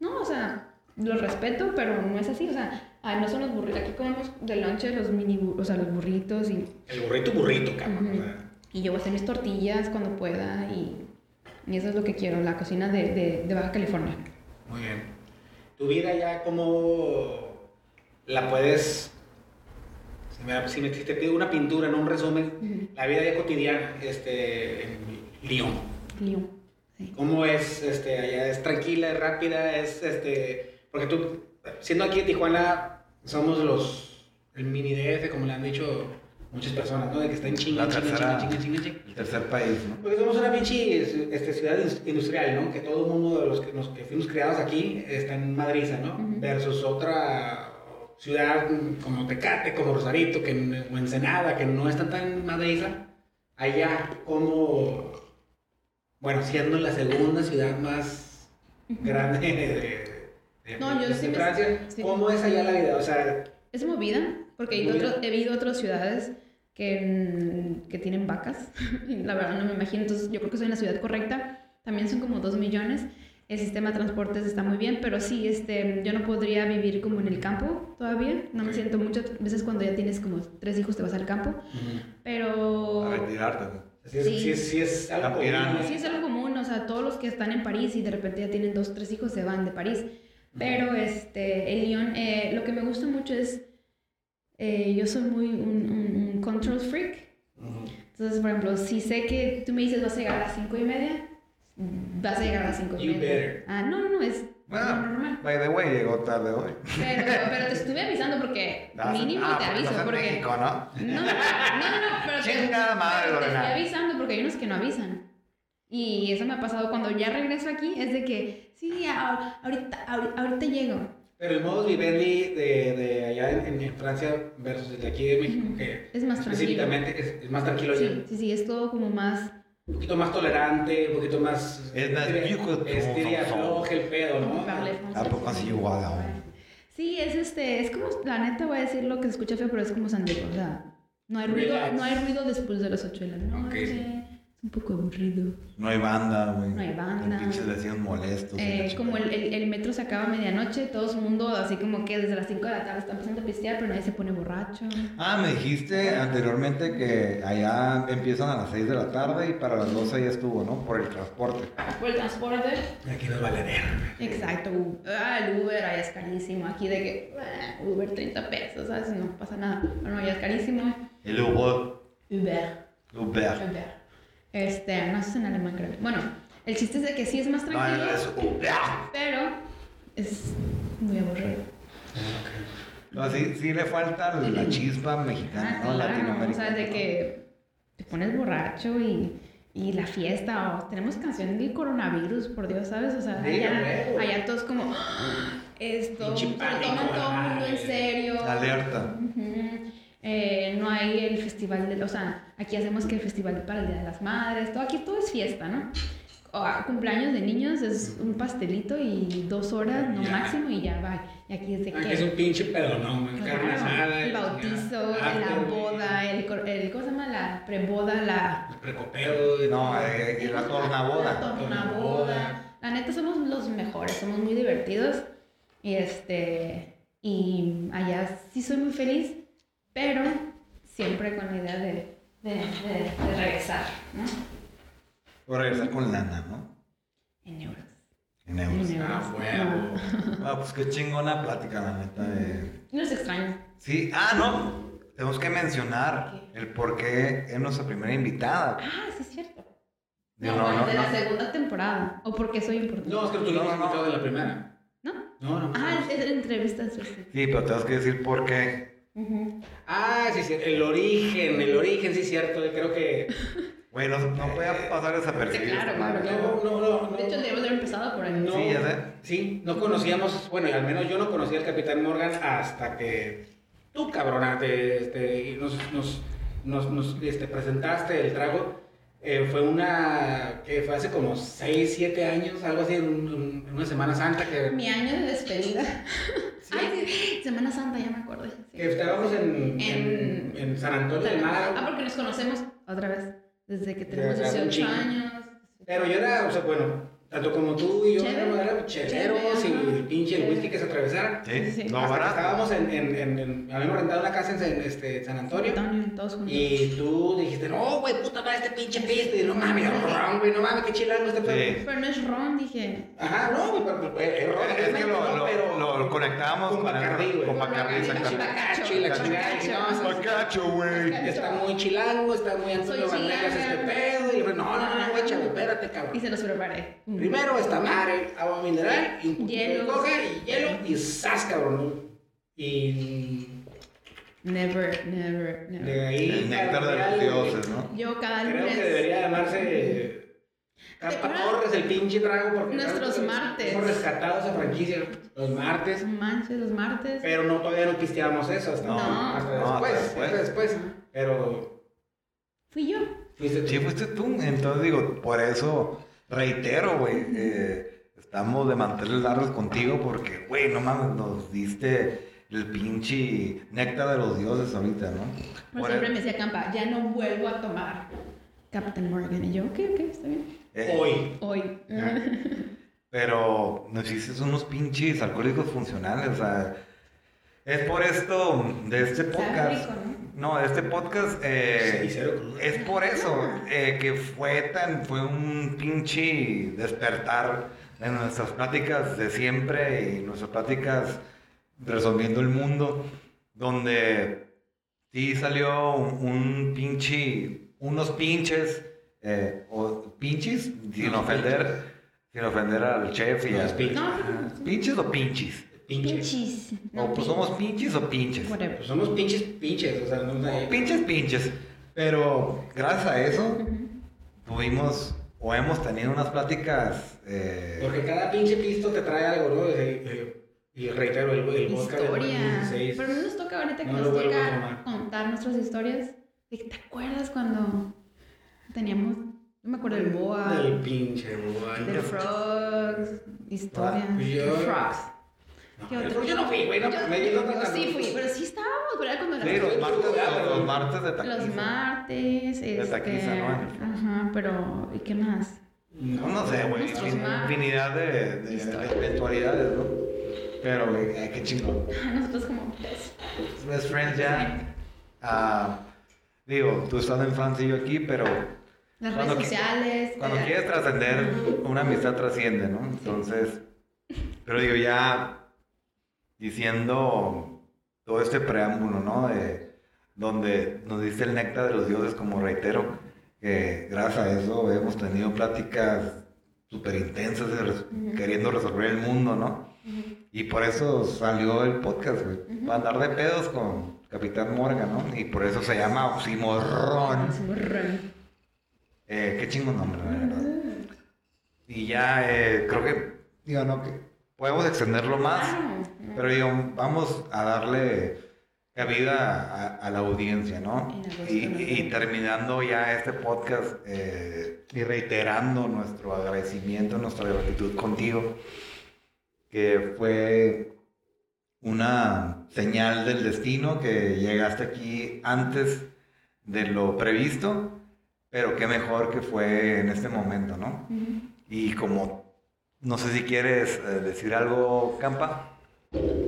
Speaker 2: no, o sea, lo respeto, pero no es así, o sea, ay, no son los burritos, aquí comemos de lonche los mini, bu- o sea, los burritos y,
Speaker 3: El burrito, burrito, cabrón.
Speaker 2: Ujú.
Speaker 3: o sea.
Speaker 2: y yo voy a hacer mis tortillas cuando pueda y, y eso es lo que quiero, la cocina de, de, de Baja California.
Speaker 3: Muy bien. Tu vida ya como la puedes, si me, si me- si te pido una pintura, no un resumen,
Speaker 2: Ujú.
Speaker 3: la vida ya cotidiana, este, en Lyon.
Speaker 2: Lyon, sí.
Speaker 3: ¿Cómo es, este, allá es tranquila, es rápida, es, este, porque tú, siendo aquí en Tijuana, somos los, el mini DF, como le han dicho muchas personas, ¿no? De que está en chinga,
Speaker 1: La
Speaker 3: chinga,
Speaker 1: tercera-
Speaker 3: chinga, chinga, chinga,
Speaker 1: El
Speaker 3: chinga.
Speaker 1: tercer país, ¿no?
Speaker 3: Porque somos una pinche este, ciudad indus- industrial, ¿no? Que todo el mundo de los que, nos, que fuimos creados aquí está en Madriza, ¿no?
Speaker 2: Ujú.
Speaker 3: Versus otra ciudad como Tecate, como Rosarito, que, n- o Ensenada, que no están tan Madriza. Allá como, bueno, siendo la segunda ciudad más grande de, de-
Speaker 2: No, yo
Speaker 3: de
Speaker 2: sí me-
Speaker 3: Francia,
Speaker 2: sí.
Speaker 3: ¿cómo es allá la vida? O sea,
Speaker 2: Es movida, porque he ido, a otro- he ido a otras ciudades que, mm, que tienen vacas. La verdad no me imagino. Entonces yo creo que soy en la ciudad correcta. También son como 2 millones. El sistema de transportes está muy bien, pero sí, este, yo no podría vivir como en el campo todavía. No me siento muchas veces cuando ya tienes como tres hijos te vas al campo. Pero...
Speaker 1: A retirarte. ¿no?
Speaker 3: si es,
Speaker 2: Sí.
Speaker 3: sí es- sí es algo común,
Speaker 1: Campirano.
Speaker 3: ¿no?
Speaker 2: Sí, es algo común, o sea, todos los que están en París y de repente ya tienen dos, tres hijos se van de París. Pero este, en Lyon, eh, lo que me gusta mucho es, eh, yo soy muy un, un- un control freak. Entonces, por ejemplo, si sé que tú me dices vas a llegar a las cinco y media, vas a llegar a las cinco y
Speaker 3: You
Speaker 2: media.
Speaker 3: better.
Speaker 2: Ah, no, no, no, es
Speaker 1: Ah.
Speaker 2: normal.
Speaker 1: By the way, llegó tarde hoy.
Speaker 2: Pero, pero te estuve avisando porque mínimo
Speaker 1: Ah,
Speaker 2: te
Speaker 1: porque
Speaker 2: aviso.
Speaker 1: estás en
Speaker 2: Porque,
Speaker 1: México, ¿no?
Speaker 2: no, no, no, pero te,
Speaker 1: Chingada madre,
Speaker 2: pero te estoy
Speaker 1: Lorena.
Speaker 2: avisando porque hay unos que no avisan. Y eso me ha pasado cuando ya regreso aquí, es de que, sí, a- ahorita, ahor- ahorita llego.
Speaker 3: Pero el modus vivendi de, de allá en, en Francia versus el de aquí de México, que
Speaker 2: Es más tranquilo.
Speaker 3: específicamente es, es más tranquilo ya.
Speaker 2: Sí, sí, sí, es todo como más...
Speaker 3: Un poquito más tolerante, un poquito más.
Speaker 1: Es más
Speaker 3: tira-
Speaker 1: yuco-
Speaker 3: Es tira y afloja el pedo, ¿no?
Speaker 1: Ah, pues, así igual aún.
Speaker 2: Sí, es este, es como, la neta voy a decir lo que se escucha feo, pero es como San Diego, o sea, no hay ruido,
Speaker 3: Relax.
Speaker 2: no hay ruido después de las 8 de la
Speaker 3: Ok.
Speaker 2: noche, es un poco aburrido.
Speaker 1: No hay banda, güey.
Speaker 2: No hay banda.
Speaker 1: Pinches vecinos molestos. y la
Speaker 2: Eh,
Speaker 1: chingada.
Speaker 2: como el, el- el metro se acaba a medianoche, todo el mundo así como que desde las 5 de la tarde está empezando a pistear, pero nadie se pone borracho.
Speaker 1: Ah, me dijiste anteriormente que allá empiezan a las 6 de la tarde y para las 12 ya estuvo, ¿no? Por el transporte.
Speaker 2: Por el transporte.
Speaker 3: Aquí no vale ver.
Speaker 2: Exacto. U- Ah, el Uber ahí es carísimo. Aquí de que ah, Uber 30 pesos, ¿sabes? No pasa nada. Bueno, ya es carísimo.
Speaker 1: El Uber.
Speaker 2: Uber.
Speaker 1: Uber.
Speaker 2: Uber. Este, no sé en alemán creo. Bueno, el chiste es de que sí es más
Speaker 1: No,
Speaker 2: tranquilo,
Speaker 1: no, es Uber.
Speaker 2: pero es muy aburrido.
Speaker 1: No, sí, sí le falta la chispa mexicana,
Speaker 2: Ah,
Speaker 1: ¿no?
Speaker 2: claro, o
Speaker 1: Latinoamericana.
Speaker 2: sea, de que te pones borracho y, y la fiesta, o tenemos canción del coronavirus, por Dios, ¿sabes? O sea,
Speaker 3: Sí,
Speaker 2: allá,
Speaker 3: huevo.
Speaker 2: allá todos como, ¡Ah! esto,
Speaker 3: Pinche
Speaker 2: se lo toman
Speaker 3: pánico,
Speaker 2: todo el mundo en
Speaker 3: madre.
Speaker 2: serio.
Speaker 1: Alerta.
Speaker 2: Ujú. Eh, no hay el festival, de, o sea, aquí hacemos que el festival para el Día de las Madres, todo, aquí todo es fiesta, ¿no? O, ah, cumpleaños de niños es un pastelito y dos horas, no
Speaker 3: Ya.
Speaker 2: máximo, y ya va. Y aquí es de
Speaker 3: Aquí
Speaker 2: que-
Speaker 3: Ah, es un pinche pedo, ¿no? Me
Speaker 2: Claro,
Speaker 3: encarna nada.
Speaker 2: el bautizo,
Speaker 3: Ah,
Speaker 2: la boda, el, cor- el- ¿cómo se llama? La preboda, la...
Speaker 3: El precopeo. y-
Speaker 1: No, eh, y la
Speaker 2: La
Speaker 1: tornaboda.
Speaker 2: tornaboda. La neta somos los mejores, somos muy divertidos. Y este... Y allá sí soy muy feliz, pero siempre con la idea de, de, de- de regresar, ¿no?
Speaker 1: Voy a regresar con lana, ¿no?
Speaker 2: En euros.
Speaker 1: En
Speaker 2: En
Speaker 1: euros.
Speaker 2: euros.
Speaker 3: Ah, huevo.
Speaker 1: Ah, pues qué chingona plática, la neta. de-
Speaker 2: No. Los extraño.
Speaker 1: Sí, ah, no. Tenemos que mencionar el por qué es nuestra primera invitada.
Speaker 2: Ah, sí es cierto.
Speaker 1: Digo,
Speaker 2: No, de la segunda temporada. O porque soy importante.
Speaker 3: No, es que tú no
Speaker 1: No, no,
Speaker 3: has
Speaker 1: no.
Speaker 3: invitado de la primera.
Speaker 2: ¿No?
Speaker 3: No, no.
Speaker 2: Ah,
Speaker 3: no.
Speaker 2: es, es entrevista. sí, sí.
Speaker 1: Sí, pero tenemos que decir por qué.
Speaker 2: Ujú.
Speaker 3: Ah, sí, sí, el origen, el origen, sí, cierto. Yo creo que.
Speaker 1: Güey, no, no puede pasar desapercibido.
Speaker 2: Eh, Ah, Claro,
Speaker 1: esta madre.
Speaker 3: No, no, no. no.
Speaker 2: De hecho, debemos de haber empezado por ahí.
Speaker 3: No,
Speaker 1: Sí, ya sé.
Speaker 3: sí, no conocíamos, bueno, y al menos yo no conocía al Capitán Morgan hasta que tú, cabrona, te, este, nos, nos, nos, nos, este, presentaste el trago. Eh, fue una que fue hace como 6, 7 años, algo así, en, un- en una Semana Santa que,
Speaker 2: Mi año de despedida. Ay, Ah, sí, Semana Santa, ya me acuerdo. sí.
Speaker 3: que estábamos en, en,
Speaker 2: En-
Speaker 3: en San Antonio del Mar.
Speaker 2: Ah, porque nos conocemos otra vez. Desde que tenemos
Speaker 3: Desde hace un
Speaker 2: 18
Speaker 3: chingo.
Speaker 2: años.
Speaker 3: Pero yo era, o sea, bueno, tanto como tú y yo
Speaker 2: Chévere.
Speaker 3: éramos éramos cheleros y
Speaker 2: Chévere,
Speaker 3: el
Speaker 2: ajá.
Speaker 3: pinche el whisky que se atravesara.
Speaker 1: Sí,
Speaker 2: Sí.
Speaker 1: no,
Speaker 3: Hasta que
Speaker 1: barato.
Speaker 3: estábamos en, en, en, en- habíamos rentado una casa en, San- este, San Antonio.
Speaker 2: Antonio, todos juntos.
Speaker 3: Y tú dijiste, no, güey, puta madre, este pinche pisto. Y no mames, era ron, güey, no mames, qué chilango este pedo.
Speaker 1: Sí.
Speaker 2: Pero no es Ron, dije.
Speaker 3: Ajá, no, güey, pero pero, eh, ron,
Speaker 1: Es que lo,
Speaker 3: no,
Speaker 1: lo, lo, conectábamos
Speaker 3: con Bacardí, güey.
Speaker 1: Con Bacardí,
Speaker 2: Bacardí,
Speaker 1: exactamente.
Speaker 3: Bacacho y la
Speaker 2: Bacacho.
Speaker 3: chingada, dije, no, eso-
Speaker 1: Bacacho, güey.
Speaker 3: Está muy chilango, está muy
Speaker 2: Soy
Speaker 3: Antonio Banderas
Speaker 2: chilanga.
Speaker 3: este pedo. Y le dije, no, no, no, güey, chavo, espérate, cabrón.
Speaker 2: Y se los preparé.
Speaker 3: Primero esta madre, agua mineral, y un poquito de
Speaker 2: Hielo.
Speaker 3: coca y hielo y sas, cabrón. Y
Speaker 2: Never, never, never.
Speaker 3: De ahí.
Speaker 1: El néctar de los
Speaker 3: Cardenal,
Speaker 1: dioses, ¿no?
Speaker 2: Yo cada
Speaker 3: Creo que
Speaker 2: lunes.
Speaker 3: debería llamarse.
Speaker 2: acuerdas?
Speaker 3: Torres, el pinche trago. Porque
Speaker 2: Nuestros martes.
Speaker 3: Hemos rescatado esa franquicia. Los martes.
Speaker 2: Manches, los martes.
Speaker 3: Pero no, todavía no pisteábamos eso hasta,
Speaker 2: No.
Speaker 3: hasta
Speaker 1: No,
Speaker 3: después.
Speaker 1: hasta
Speaker 3: hasta después. Pero
Speaker 2: Fui yo.
Speaker 3: fuiste tú.
Speaker 1: Sí, fuiste tú. Entonces digo, por eso reitero, güey. eh, estamos de manteles largos contigo porque, güey, no mames, nos diste el pinche néctar de los dioses ahorita, ¿no?
Speaker 2: Por
Speaker 1: Por
Speaker 2: siempre
Speaker 1: el-
Speaker 2: me decía Campa, ya no vuelvo a tomar. Captain Morgan. Y yo, ok, ok, está bien.
Speaker 1: eh,
Speaker 3: Hoy.
Speaker 2: Hoy.
Speaker 3: Ah,
Speaker 1: Pero nos hiciste unos pinches alcohólicos funcionales, o sea. Es por esto de este podcast.
Speaker 2: rico, ¿no?
Speaker 1: No, de este podcast. eh,
Speaker 3: Sí, cero crudo.
Speaker 1: Es por eso eh, que fue tan, fue un pinche despertar de nuestras pláticas de siempre y nuestras pláticas resolviendo el mundo, donde sí salió un, un pinche, unos pinches, eh, o pinches, sin
Speaker 3: Unos
Speaker 1: ofender, sin ofender al chef y
Speaker 3: Los
Speaker 1: a-
Speaker 3: pinches.
Speaker 2: No,
Speaker 1: pinches o pinches,
Speaker 3: Pinches.
Speaker 2: pinches.
Speaker 1: o pues somos pinches o pinches.
Speaker 2: Whatever.
Speaker 3: Pues somos pinches pinches. O sea, no sé.
Speaker 1: Pinches, pinches. Pero gracias a eso tuvimos o hemos tenido unas pláticas. eh,
Speaker 3: Porque cada pinche pisto te trae algo, ¿no? Eh, eh, Y reitero, el, el vodka del
Speaker 2: Historia.
Speaker 3: 2016.
Speaker 2: Pero no nos toca ahorita que
Speaker 3: No lo
Speaker 2: nos
Speaker 3: vuelvo a
Speaker 2: toca
Speaker 3: tomar.
Speaker 2: contar nuestras historias. De que, ¿Te acuerdas cuando teníamos, no me acuerdo, el boa,
Speaker 3: Del pinche guay.
Speaker 2: del frogs, historias,
Speaker 3: Ah, yo-
Speaker 2: del frogs?
Speaker 3: No,
Speaker 2: ¿Qué otro?
Speaker 3: Yo no fui, güey. No,
Speaker 2: yo,
Speaker 3: me
Speaker 2: yo-
Speaker 3: llegó
Speaker 2: yo
Speaker 3: tan-
Speaker 2: sí fui, pero sí estábamos, pero era cuando
Speaker 1: sí,
Speaker 2: las-
Speaker 1: los martes,
Speaker 3: Ah,
Speaker 1: los martes de taquiza.
Speaker 2: los martes, este,
Speaker 1: taquiza, ¿no?
Speaker 2: ajá, pero ¿y qué más?
Speaker 1: No, no sé, güey.
Speaker 2: Nuestros
Speaker 1: infin-
Speaker 2: martes.
Speaker 1: Infinidad de, de- de
Speaker 2: Historia.
Speaker 1: eventualidades, ¿no? Pero, güey, ay, qué chingón.
Speaker 2: Nosotros como pues,
Speaker 1: Best friends ya. Ah, digo, tú estás en Francia y yo aquí, pero
Speaker 2: las
Speaker 1: Cuando
Speaker 2: redes
Speaker 1: qui-
Speaker 2: sociales.
Speaker 1: cuando
Speaker 2: eh,
Speaker 1: quieres trascender, una amistad trasciende, ¿no? Entonces, pero digo, ya diciendo todo este preámbulo, ¿no? De, donde nos diste el néctar de los dioses, como reitero, que gracias a eso hemos tenido pláticas súper intensas de res-
Speaker 2: Ujú.
Speaker 1: queriendo resolver el mundo, ¿no?
Speaker 2: ujú,
Speaker 1: Y por eso salió el podcast, güey.
Speaker 2: Ujú.
Speaker 1: Para andar de pedos con Capitán Morgan, ¿no? Y por eso se llama Oximorrón.
Speaker 2: es muy raro.
Speaker 1: Eh, qué chingo nombre, la verdad. Y ya, eh, creo que, digo, no, que podemos extenderlo más,
Speaker 2: Claro,
Speaker 1: pero digo, vamos a darle cabida a, a la audiencia, ¿no?
Speaker 2: En agosto,
Speaker 1: Y,
Speaker 2: ¿no?
Speaker 1: y terminando ya este podcast eh, y reiterando nuestro agradecimiento, nuestra gratitud contigo, que fue una señal del destino que llegaste aquí antes de lo previsto, pero qué mejor que fue en este momento, ¿no?
Speaker 2: ujú.
Speaker 1: Y como no sé si quieres eh, decir algo, Campa.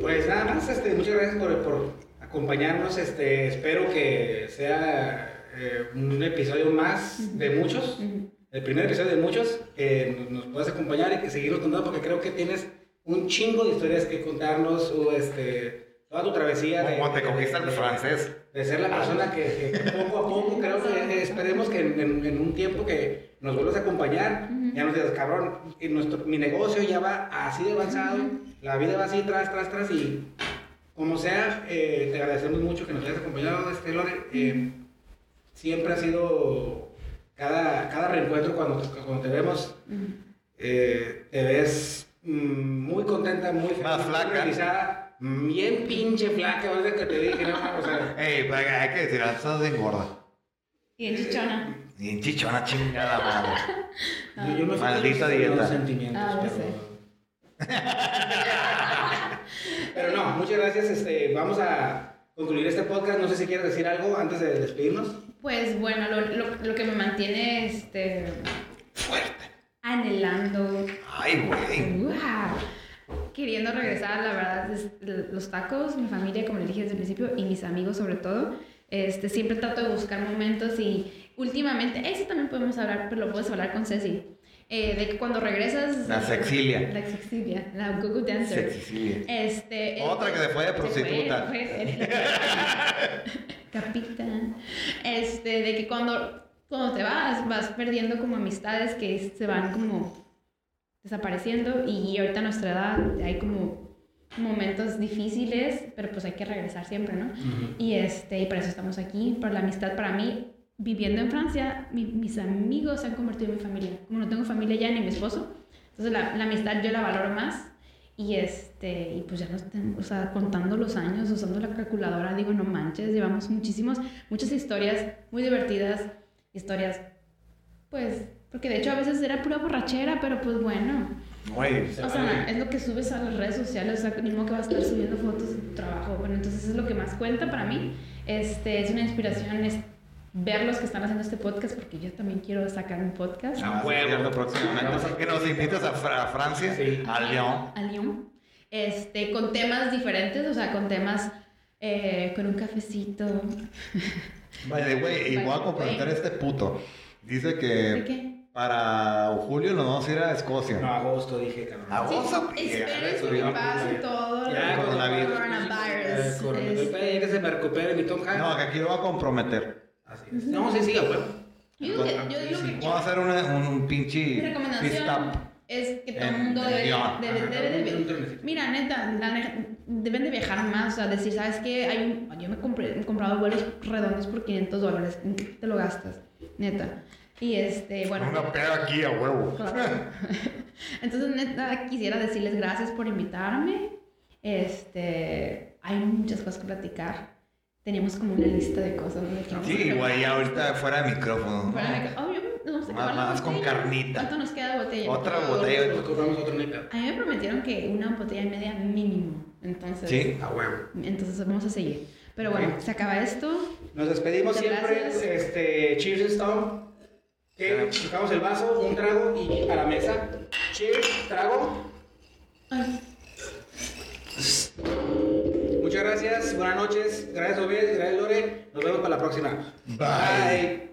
Speaker 3: Pues nada más, este, muchas gracias por, por acompañarnos. Este, espero que sea eh, un episodio más de muchos.
Speaker 2: Ujú.
Speaker 3: El primer episodio de muchos. eh, nos- nos puedas acompañar y que seguirnos contando porque creo que tienes un chingo de historias que contarnos. O este, toda tu travesía. de-
Speaker 1: ¿Cómo te cogiste al francés?
Speaker 3: de ser la persona que, que poco a poco creo que eh, esperemos que en, en- en un tiempo que nos vuelvas a acompañar,
Speaker 2: Ujú.
Speaker 3: ya nos digas, cabrón, y nuestro, mi negocio ya va así de avanzado, la vida va así, tras, tras, tras, y como sea, eh, te agradecemos mucho que nos hayas acompañado, este Lore. eh, siempre ha sido cada, cada reencuentro cuando, cuando te vemos, eh, te ves mm, muy contenta, muy feliz,
Speaker 1: Más
Speaker 3: muy
Speaker 1: flaca.
Speaker 3: realizada, bien pinche flaca, ahorita que te dije, no, o sea,
Speaker 1: Ey, pero hay que decir, ah, estás bien gorda.
Speaker 2: Y en chichona.
Speaker 1: Y en chichona chingada madre.
Speaker 3: Yo, yo me fui
Speaker 1: Maldita
Speaker 3: con los
Speaker 1: dieta.
Speaker 3: sentimientos,
Speaker 2: Ah, ya
Speaker 3: pero... Pero no, muchas gracias. Este, vamos a concluir este podcast. No sé si quieres decir algo antes de despedirnos.
Speaker 2: Pues bueno, lo, lo, lo que me mantiene este,
Speaker 1: Fuerte.
Speaker 2: anhelando,
Speaker 1: Ay, güey.
Speaker 2: ¡guau! queriendo regresar, la verdad, es- los tacos, mi familia, como les dije desde el principio, y mis amigos sobre todo. Este, siempre trato de buscar momentos y últimamente, eso también podemos hablar, pero lo puedes hablar con Ceci, eh, de que cuando regresas...
Speaker 1: La sexilia.
Speaker 2: La sexilia, la Google Dancer.
Speaker 1: Sexilia.
Speaker 2: Este,
Speaker 1: Otra que se fue de
Speaker 2: se fue,
Speaker 1: prostituta.
Speaker 2: fue- Capitán. Este, de que cuando, cuando te vas, vas perdiendo como amistades que se van como desapareciendo y ahorita a nuestra edad hay como momentos difíciles, pero pues hay que regresar siempre, ¿no? Y este, y por eso estamos aquí, por la amistad. Para mí, viviendo en Francia, mi- mis amigos se han convertido en mi familia. Como no tengo familia ya ni mi esposo, entonces la, la amistad yo la valoro más. Y este, y pues ya nos, ten- o sea, contando los años, usando la calculadora, digo, no manches, llevamos muchísimos, muchas historias muy divertidas, historias, pues, porque de hecho a veces era pura borrachera, pero pues bueno,
Speaker 1: Güey,
Speaker 2: o sea, es lo que subes a las redes sociales, o sea, ni modo que vas a estar subiendo fotos de tu trabajo. Bueno, entonces es lo que más cuenta para mí. Este, es una inspiración es ver los que están haciendo este podcast, porque yo también quiero sacar un podcast.
Speaker 1: a
Speaker 3: huevo.
Speaker 1: huevo.
Speaker 3: Vamos a-
Speaker 1: Próximamente. Que nos invitas a, Fra- a Francia,
Speaker 3: Sí.
Speaker 1: a Lyon.
Speaker 2: A Lyon. Este, con temas diferentes, o sea, con temas eh, con un cafecito.
Speaker 1: Vale, güey, y voy a
Speaker 2: Vale,
Speaker 1: complementar
Speaker 2: güey.
Speaker 1: este puto. Dice
Speaker 2: ¿De
Speaker 1: que
Speaker 2: qué?
Speaker 1: para julio nos vamos a ir a Escocia.
Speaker 3: No, agosto dije, cabrón.
Speaker 1: Agosto. Vamos a-
Speaker 2: Sí, esperen
Speaker 1: subir
Speaker 2: que
Speaker 1: un-
Speaker 2: pase todo el
Speaker 3: Ya,
Speaker 1: coronavirus.
Speaker 2: coronavirus.
Speaker 3: Eh, coronavirus.
Speaker 2: Este,
Speaker 3: Eh, que se me recupere mi Tom Hanks.
Speaker 1: No, que aquí lo va a comprometer.
Speaker 3: Así es. No, sí, sí, a huevo.
Speaker 2: yo digo que- yo digo que
Speaker 1: Vamos a hacer una- un, un
Speaker 2: Mi
Speaker 1: pinche fist
Speaker 2: recomendación
Speaker 1: up.
Speaker 2: es que todo el
Speaker 1: en-
Speaker 2: mundo
Speaker 1: en
Speaker 2: debe,
Speaker 1: guión.
Speaker 2: debe-
Speaker 3: Ajá,
Speaker 2: debe-
Speaker 3: un-
Speaker 2: debe-
Speaker 3: un trenecito.
Speaker 2: Mira, neta, la ne- deben de viajar más, o sea, decir, ¿sabes qué? Hay un- yo me compré, he comprado vuelos redondos por 500 dólares, ¿en qué te lo gastas? Neta. Y este, bueno...
Speaker 1: Una peda aquí a huevo.
Speaker 2: Claro. Entonces, neta, quisiera decirles gracias por invitarme. Este, hay muchas cosas que platicar. Tenemos como una lista de cosas. de que vamos a
Speaker 1: Sí,
Speaker 2: platicar.
Speaker 1: güey, ahorita fuera de micrófono.
Speaker 2: Fuera de que, "Oye, vamos
Speaker 1: Más-
Speaker 2: a acabar la
Speaker 1: más con
Speaker 2: botella.
Speaker 1: carnita.
Speaker 2: ¿Cuánto nos queda de botella?
Speaker 1: Otra
Speaker 2: Por favor.
Speaker 1: botella.
Speaker 3: Nos compramos otro neta.
Speaker 2: A mí me prometieron que una botella y media mínimo. Entonces,
Speaker 1: Sí.
Speaker 3: A huevo.
Speaker 2: entonces vamos a seguir. Pero bueno, se acaba esto.
Speaker 3: Nos despedimos
Speaker 2: Muchas
Speaker 3: siempre.
Speaker 2: gracias.
Speaker 3: Este, cheers, Stone. Que chocamos el vaso, un trago y a la mesa. Cheers, trago.
Speaker 2: Ay,
Speaker 3: Muchas gracias. Buenas noches. Gracias, Obed. Gracias, Lore. Nos vemos para la próxima.
Speaker 1: Bye.
Speaker 3: Bye.